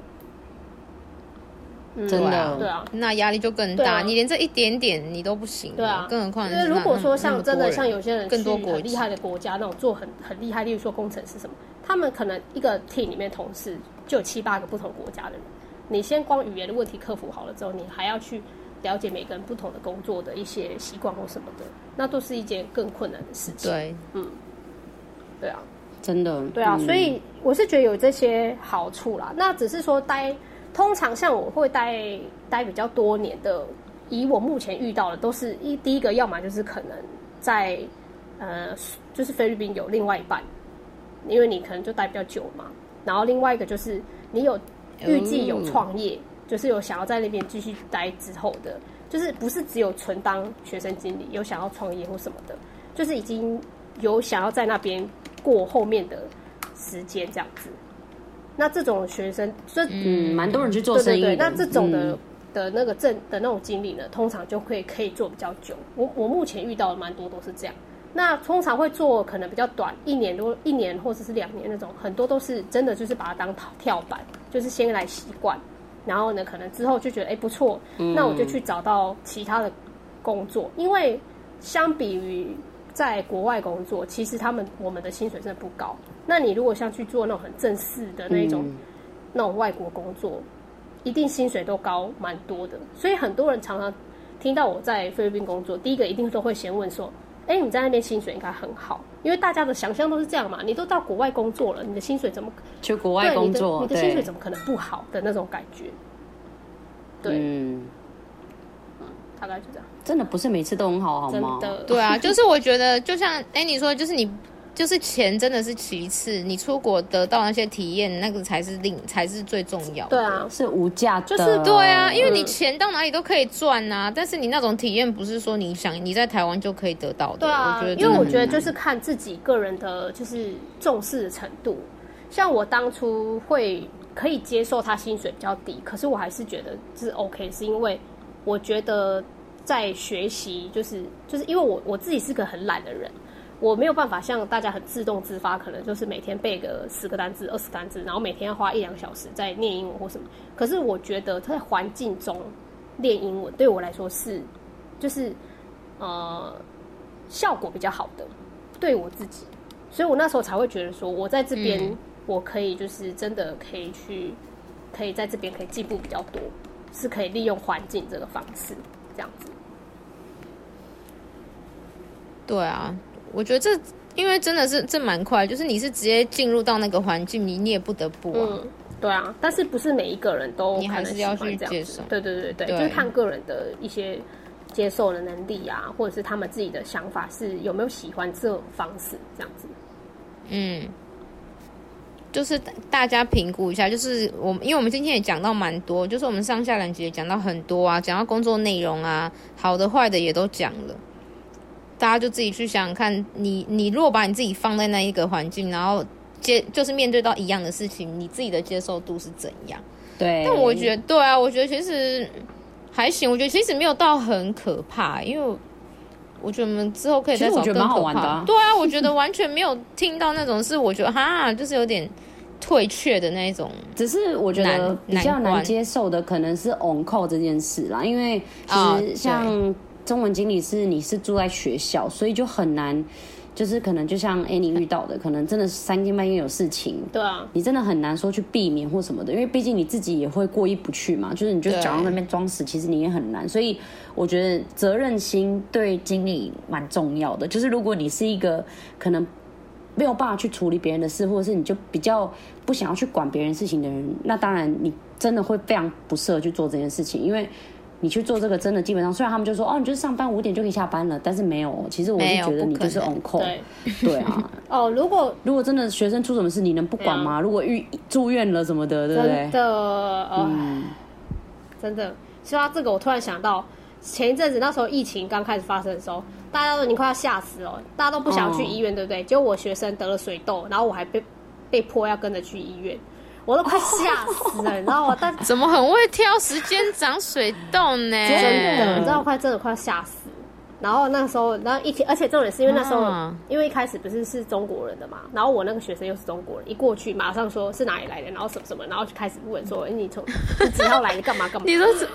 嗯真的对啊对啊，那压力就更对大。啊你连这一点点你都不行了，对啊，更何况因为如果说像真的像有些些人更多去国很厉籍害的国家那种做很很厉害，例如说工程师什么，他们可能一个 team 里面同事就有七八个不同国家的人，你先光语言的问题克服好了之后，你还要去了解每个人不同的工作的一些习惯或什么的，那都是一件更困难的事情。对对啊，真的对啊，嗯所以我是觉得有这些好处啦。那只是说待，通常像我会待待比较多年的，以我目前遇到的都是一第一个，要么就是可能在呃，就是菲律宾有另外一半，因为你可能就待比较久嘛。然后另外一个就是你有预计有创业，就是有想要在那边继续待之后的，就是不是只有纯当学生经理，有想要创业或什么的，就是已经有想要在那边过后面的时间这样子。那这种学生，这嗯，蛮多人去做对生对意的。对，那这种的、嗯的那个证的那种经理呢，通常就会可以做比较久。我我目前遇到的蛮多都是这样。那通常会做可能比较短，一年多、一年或者是两年那种，很多都是真的就是把它当跳板，就是先来习惯，然后呢，可能之后就觉得哎、不错，嗯那我就去找到其他的工作，因为相比于在国外工作，其实他们我们的薪水真的不高。那你如果像去做那种很正式的那种、嗯那种外国工作，一定薪水都高蛮多的。所以很多人常常听到我在菲律宾工作，第一个一定都会先问说：“哎、你在那边薪水应该很好，因为大家的想象都是这样嘛，你都到国外工作了，你的薪水怎么去国外工作，对你的你的对薪水怎么可能不好的那种感觉？”对，嗯，大概就这样。真的不是每次都很好，好真吗？的，对啊， 就是我觉得就像哎你说，就是你就是钱真的是其次，你出国得到那些体验，那个才是令才是最重要的。 对啊，是无价的，就是对啊，因为你嗯钱到哪里都可以赚呐、但是你那种体验不是说你想你在台湾就可以得到的。对啊我觉，得因为我真觉的得就是看自己个人的，就是重视的程度。像我当初会可以接受他薪水比较低，可是我还是觉得是 OK，是因为我觉得在学习，就是就是因为我我自己是个很懒的人，我没有办法像大家很自动自发，可能就是每天背个十个单词、二十单词，然后每天要花一两小时在念英文或什么。可是我觉得在环境中练英文对我来说是就是呃效果比较好的，对我自己，所以我那时候才会觉得说，我在这边、嗯我可以就是真的可以去，可以在这边可以进步比较多，是可以利用环境这个方式这样子。对啊，我觉得这因为真的是这蛮快，就是你是直接进入到那个环境，你你也不得不啊。嗯，对啊，但是不是每一个人都你还是可能喜欢要去这样接子受对对对对，对就是看个人的一些接受的能力啊，或者是他们自己的想法是有没有喜欢这种方式这样子。嗯，就是大大家评估一下，就是我们，因为我们今天也讲到蛮多，就是我们上下两集也讲到很多啊，讲到工作内容啊，好的坏的也都讲了。大家就自己去想想看，你你如果把你自己放在那一个环境，然后接就是面对到一样的事情，你自己的接受度是怎样？对。但我哦觉得，对啊，我觉得其实还行，我觉得其实没有到很可怕，因为我我觉得我们之后可以其实再找我觉更得可蛮好玩怕。的啊对啊，我觉得完全没有听到那种是我觉得哈，就是有点退却的那一种。只是我觉得难比较难难关接受的可能是 on call 这件事啦，因为其啊实对像中文经理是你是住在学校，所以就很难。就是可能就像 Annie 遇到的，可能真的是三更半夜有事情，对啊，你真的很难说去避免或什么的，因为毕竟你自己也会过意不去嘛。就是你就对假装那边装死，其实你也很难。所以我觉得责任心对经理蛮重要的。就是如果你是一个可能没有办法去处理别人的事，或者是你就比较不想要去管别人事情的人，那当然你真的会非常不适合去做这件事情，因为。你去做这个真的基本上，虽然他们就说哦，你就是上班五点就可以下班了，但是没有。其实我是没有觉得你不可就是能 on call，对。对 啊，哦，如果如果真的学生出什么事，你能不管吗？如果遇住院了什么的，对不啊真对？嗯的，呃，真的，说到这个，我突然想到，前一阵子那时候疫情刚开始发生的时候，大家都已经快要吓死了，大家都不哦想去医院，对不对？结果我学生得了水痘，然后我还被被迫要跟着去医院，我都快吓死了，你知道吗？但怎么很会挑时间长水痘呢？真的，你嗯哎知道快真的快吓死。然后那时候，然后一起，而且重点是因为那时候，啊因为一开始不是是中国人的嘛，然后我那个学生又是中国人，一过去马上说是哪里来的，然后什么什么，然后就开始问说，哎，你从你几号来的，干嘛干嘛？ 你都是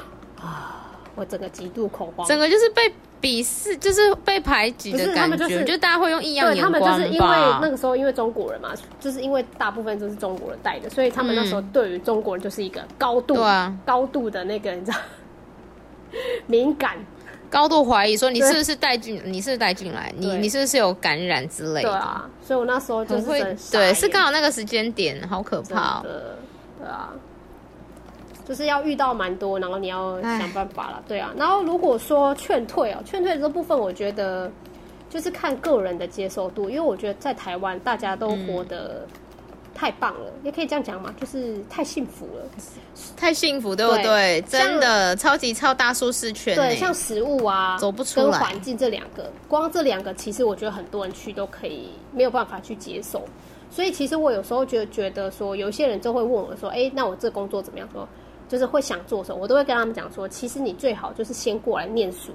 我整个极度恐慌。整个就是被鄙视，就是被排挤的不是他感们觉，就是大家会用异样对眼他光吧。们就是因为那个时候因为中国人嘛，就是因为大部分都是中国人带的，所以他们那时候对于中国人就是一个高度、对啊高度的那个你知道 敏感，高度怀疑说你是不是带进，你是不是带进来，你对你是不是有感染之类对的，啊，所以我那时候就很是会真的傻对，眼是刚好那个时间点，好可真怕、哦。的，对啊。就是要遇到蛮多，然后你要唉想办法了，对啊。然后如果说劝退哦、劝退这部分，我觉得就是看个人的接受度，因为我觉得在台湾大家都嗯活得太棒了，也可以这样讲嘛，就是太幸福了。太幸福，对不对对？真的超级超大舒适圈、欸，对，像食物啊，走不出来跟环境这两个，光这两个，其实我觉得很多人去都可以没有办法去接受。所以其实我有时候觉得觉得说，有一些人就会问我说：“哎，那我这工作怎么样？”说就是会想做什么，我都会跟他们讲说，其实你最好就是先过来念书，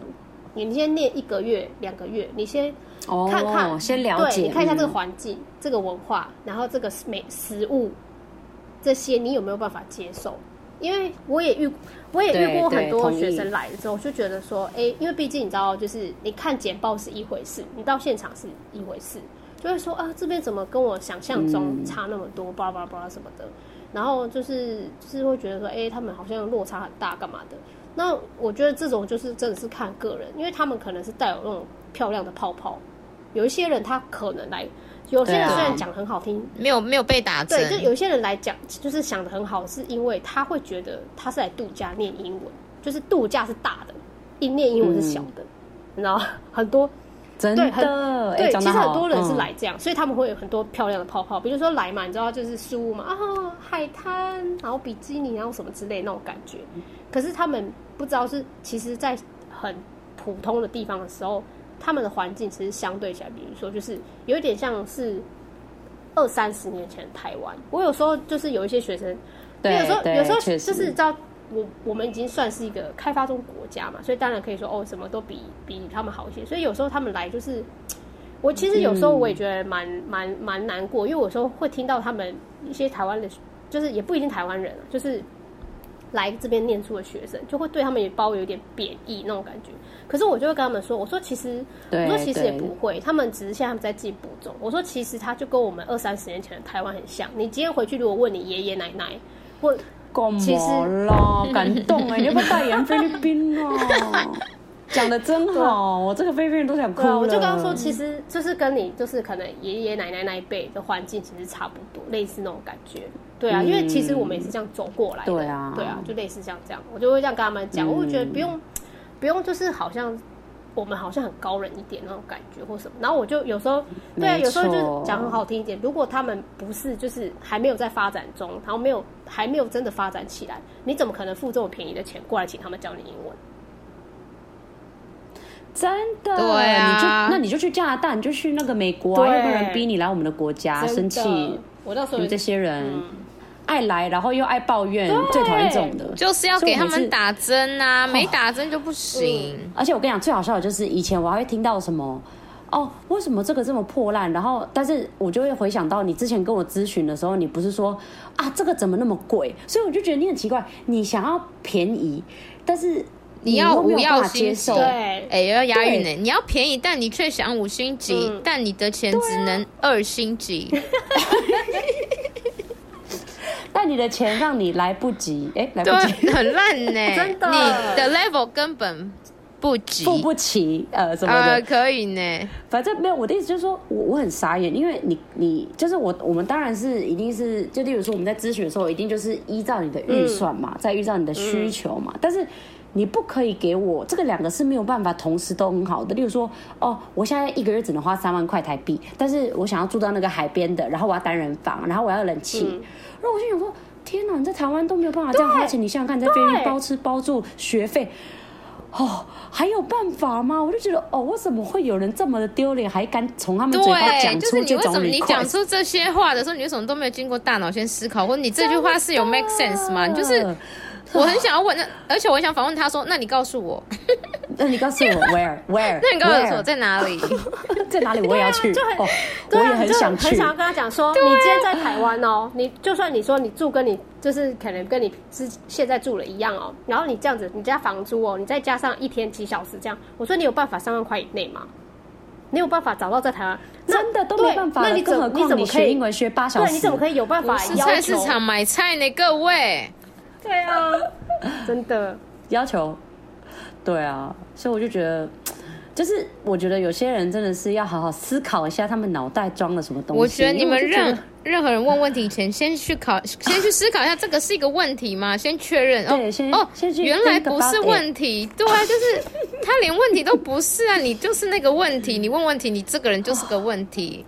你先念一个月、两个月，你先哦看看，先了解，对，你看一下这个嗯环境、这个文化，然后这个美食物这些，你有没有办法接受？因为我也遇，我也遇对过很对多同意学生来的时候，我就觉得说，哎、因为毕竟你知道，就是你看简报是一回事，你到现场是一回事，就会说啊，这边怎么跟我想象嗯中差那么多，巴拉巴拉巴拉什么的。然后就是就是会觉得说，哎、他们好像落差很大，干嘛的？那我觉得这种就是真的是看个人，因为他们可能是带有那种漂亮的泡泡，有一些人他可能来，有些人对啊虽然讲很好听，没有没有被打针对，，就有些人来讲就是想的很好，是因为他会觉得他是来度假念英文，就是度假是大的，一念英文是小嗯的，你知道吗 很多真对很的，哎对，讲其得实好很多人是嗯来这样，所以他们会有很多漂亮的泡泡，比如说来嘛，你知道就是书嘛，啊、海滩，然后比基尼，然后什么之类那种感觉。可是他们不知道是，其实，在很普通的地方的时候，他们的环境其实相对起来，比如说就是有一点像是二三十年前的台湾。我有时候就是有一些学生，对有时候嗯对有时候确实就是知道我我们已经算是一个开发中国家嘛，所以当然可以说哦，什么都比比他们好一些。所以有时候他们来嗯就是，我其实有时候我也觉得蛮蛮蛮难过，因为有时候会听到他们一些台湾的，就是也不一定台湾人啊，就是来这边念书的学生，就会对他们也包有点贬义那种感觉。可是我就会跟他们说，我说其实，对我说其实也对不会，他们只是现在他们在进步中。我说其实他就跟我们二三十年前的台湾很像。你今天回去如果问你爷爷奶奶，或干其嘛实 啦？感动哎、你要不要代言菲律宾啊？讲的真好，我这个菲律宾人都想哭对啊，了。我就跟他说，其实就是跟你就是可能爷爷奶奶那一辈的环境其实差不多，类似那种感觉。对啊，因为其实我们也是这样走过来嗯的。对啊嗯对啊，就类似像这样，我就会这样跟他们讲，我就觉得不用不用，就是好像我们好像很高人一点那种感觉或什么。然后我就有时候对啊，没有时候就错讲很好听一点，如果他们不是就是还没有在发展中，然后没有还没有真的发展起来，你怎么可能付这么便宜的钱过来请他们教你英文？真的，对啊你就那你就去加拿大，你就去那个美国、啊，对又不有人逼你来我们的国家，真啊生的气，我那时你候们也这些人。爱来，然后又爱抱怨，对最讨厌这种的，就是要所以给我他每次们打针啊，没打针就不嗯行。而且我跟你讲，最好笑的就是以前我还会听到什么。哦，为什么这个这么破烂？然后，但是我就会回想到你之前跟我咨询的时候，你不是说啊，这个怎么那么贵？所以我就觉得你很奇怪，你想要便宜，但是你要又没无有办要法接星级，受，对哎，要押韵呢。对你要便宜，但你却想五星级，嗯但你的钱只能二星级。但你的钱让你来不及，哎，来不及。 对，很烂呢、啊 真的你的 level 根本不及。付不起，呃，什么的，呃，可以呢，反正没有。我的意思就是说，我我很傻眼，因为你你就是我，我们当然是一定是，就例如说我们在咨询的时候，一定就是依照你的预算嗯嘛，再依照你的需求嘛，但是。你不可以给我这个两个是没有办法同时都很好的。例如说，哦，我现在一个月只能花三万块台币，但是我想要住到那个海边的，然后我要单人房，然后我要有冷气。然后我就想说，天哪，你在台湾都没有办法这样花钱，你想想看，你在菲律宾嗯对包吃包住学费，哦，还有办法吗？我就觉得，哦，为什么会有人这么的丢脸，还敢从他们嘴巴对，讲就是出你这为什么种你 request 讲出这些话的时候，你为什么都没有经过大脑先思考，或者你这句话是有 make sense 吗？就是啊我很想要问，那而且我很想反问他说，那你告诉我，那你告诉我 where where，那你告诉我 where？在哪里？啊在哪里？我也要去，就很哦，我对也啊，你就想很去。啊想要跟他讲说，你今天在台湾哦，你就算你说你住跟你就是可能跟你之现在住了一样哦，然后你这样子，你加房租哦，你再加上一天几小时这样，我说你有办法三万块以内吗？你有办法找到在台湾？那真的都没对办法了那你怎更何么况你怎么你可以学英文学八小时对，你怎么可以有办 法是要菜市求？场买菜呢，各位。对啊，真的，要求，对啊，所以我就觉得，就是我觉得有些人真的是要好好思考一下，他们脑袋装了什么东西。我觉得你们因为我就觉任得任何人问问题前，先去考， 先去思考一下这个是一个问题吗？先确认对哦先哦先，去原来 think 不是 about it 问题，对啊，就是他连问题都不是啊，你就是那个问题，你问问题，你这个人就是个问题，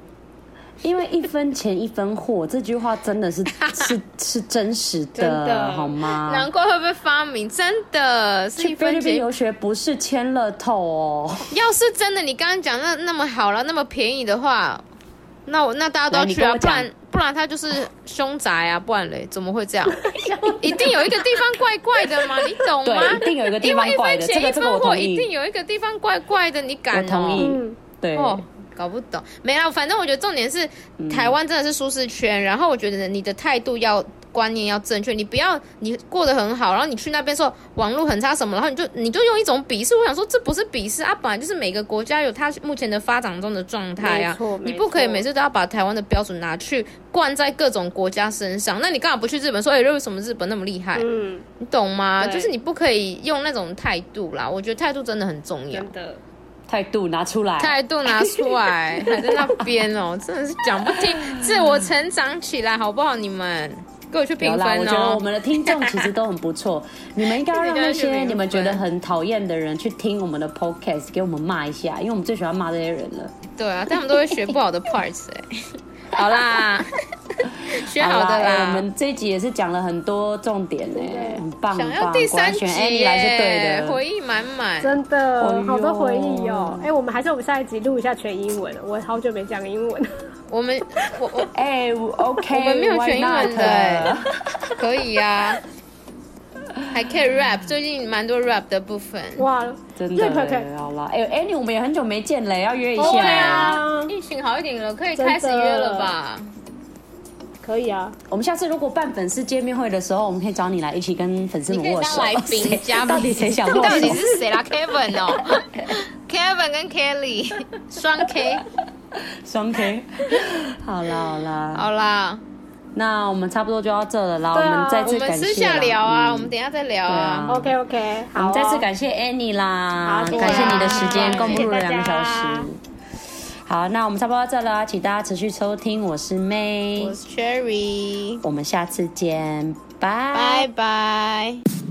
因为一分钱一分货这句话真的是 是是真实的，真的好吗难？怪会被发明，真的是一去菲律分宾钱。留学不是签乐透 哦，要是真的你刚刚讲那那么好了，那么便宜的话，那我那大家都要来你去啊，跟我不讲然不然他就是凶宅啊，不然嘞怎么会这样？ 一定有一个地方怪怪的嘛，你懂吗？对一定有一个地方怪的因为一分钱这个这个我一分货同意一定有一个地方怪怪的，你我敢、哦？同意。嗯对，哦，搞不懂，没啦，反正我觉得重点是嗯台湾真的是舒适圈，然后我觉得你的态度要观念要正确，你不要你过得很好，然后你去那边说网络很差什么，然后你就你就用一种鄙视，我想说这不是鄙视啊，本来就是每个国家有它目前的发展中的状态啊没错，你没不可以错每次都要把台湾的标准拿去灌在各种国家身上，那你干嘛不去日本说，哎、为什么日本那么厉害？嗯，你懂吗？对就是你不可以用那种态度啦，我觉得态度真的很重要。真的，态度拿出来，态度拿出来，还在那 边哦，真的是讲不听，自我成长起来好不好？你们给我去评有啦，我分觉得我哦。们的听众其实都很不 错，你们应该要让那你们要去些评分你们觉得很讨厌的人去听我们的 podcast，给我们骂一下，因为我们最喜欢骂这些人了。对啊，但他们都会学不好的 parts 哎、 好啦，学好的哎啦。我们这一集也是讲了很多重点呢、很棒，想很要棒。第三集果然选 Annie 哎来是对耶的，回忆满满。真哎的，呦好多回忆哦。哎，我们还是我们下一集录一下全英文，我好久没讲英文了。我们我 我哎、o k 我们没有选英文的哎 可以呀、还可以 rap，最近蛮多 rap 的部分。哇，真瑞可的可耶，好啦，哎、哎、你我们也很久没见了，要约一下。对啊啊，疫情好一点了，可以真的开始约了吧？可以啊，我们下次如果办粉丝见面会的时候，我们可以找你来一起跟粉丝你们可以握当手。来宾嘉 宾，到底谁想握手？到底是谁啦？Kevin 哦，Kevin 跟 Kelly 双 K。双 K？好啦好啦，好啦，那我们差不多就到这了啦。对啊我们再我次们感谢私下啦聊啊，嗯我们等一下再聊对啊啊。啊 OK OK，我好、哦们再次感谢 Annie 啦，好谢谢感谢你的时间，大家共度了两个小谢谢大时家。好，那我们差不多到这了，请大家持续收听，我是 May，我是 Cherry，我们下次见，拜拜拜。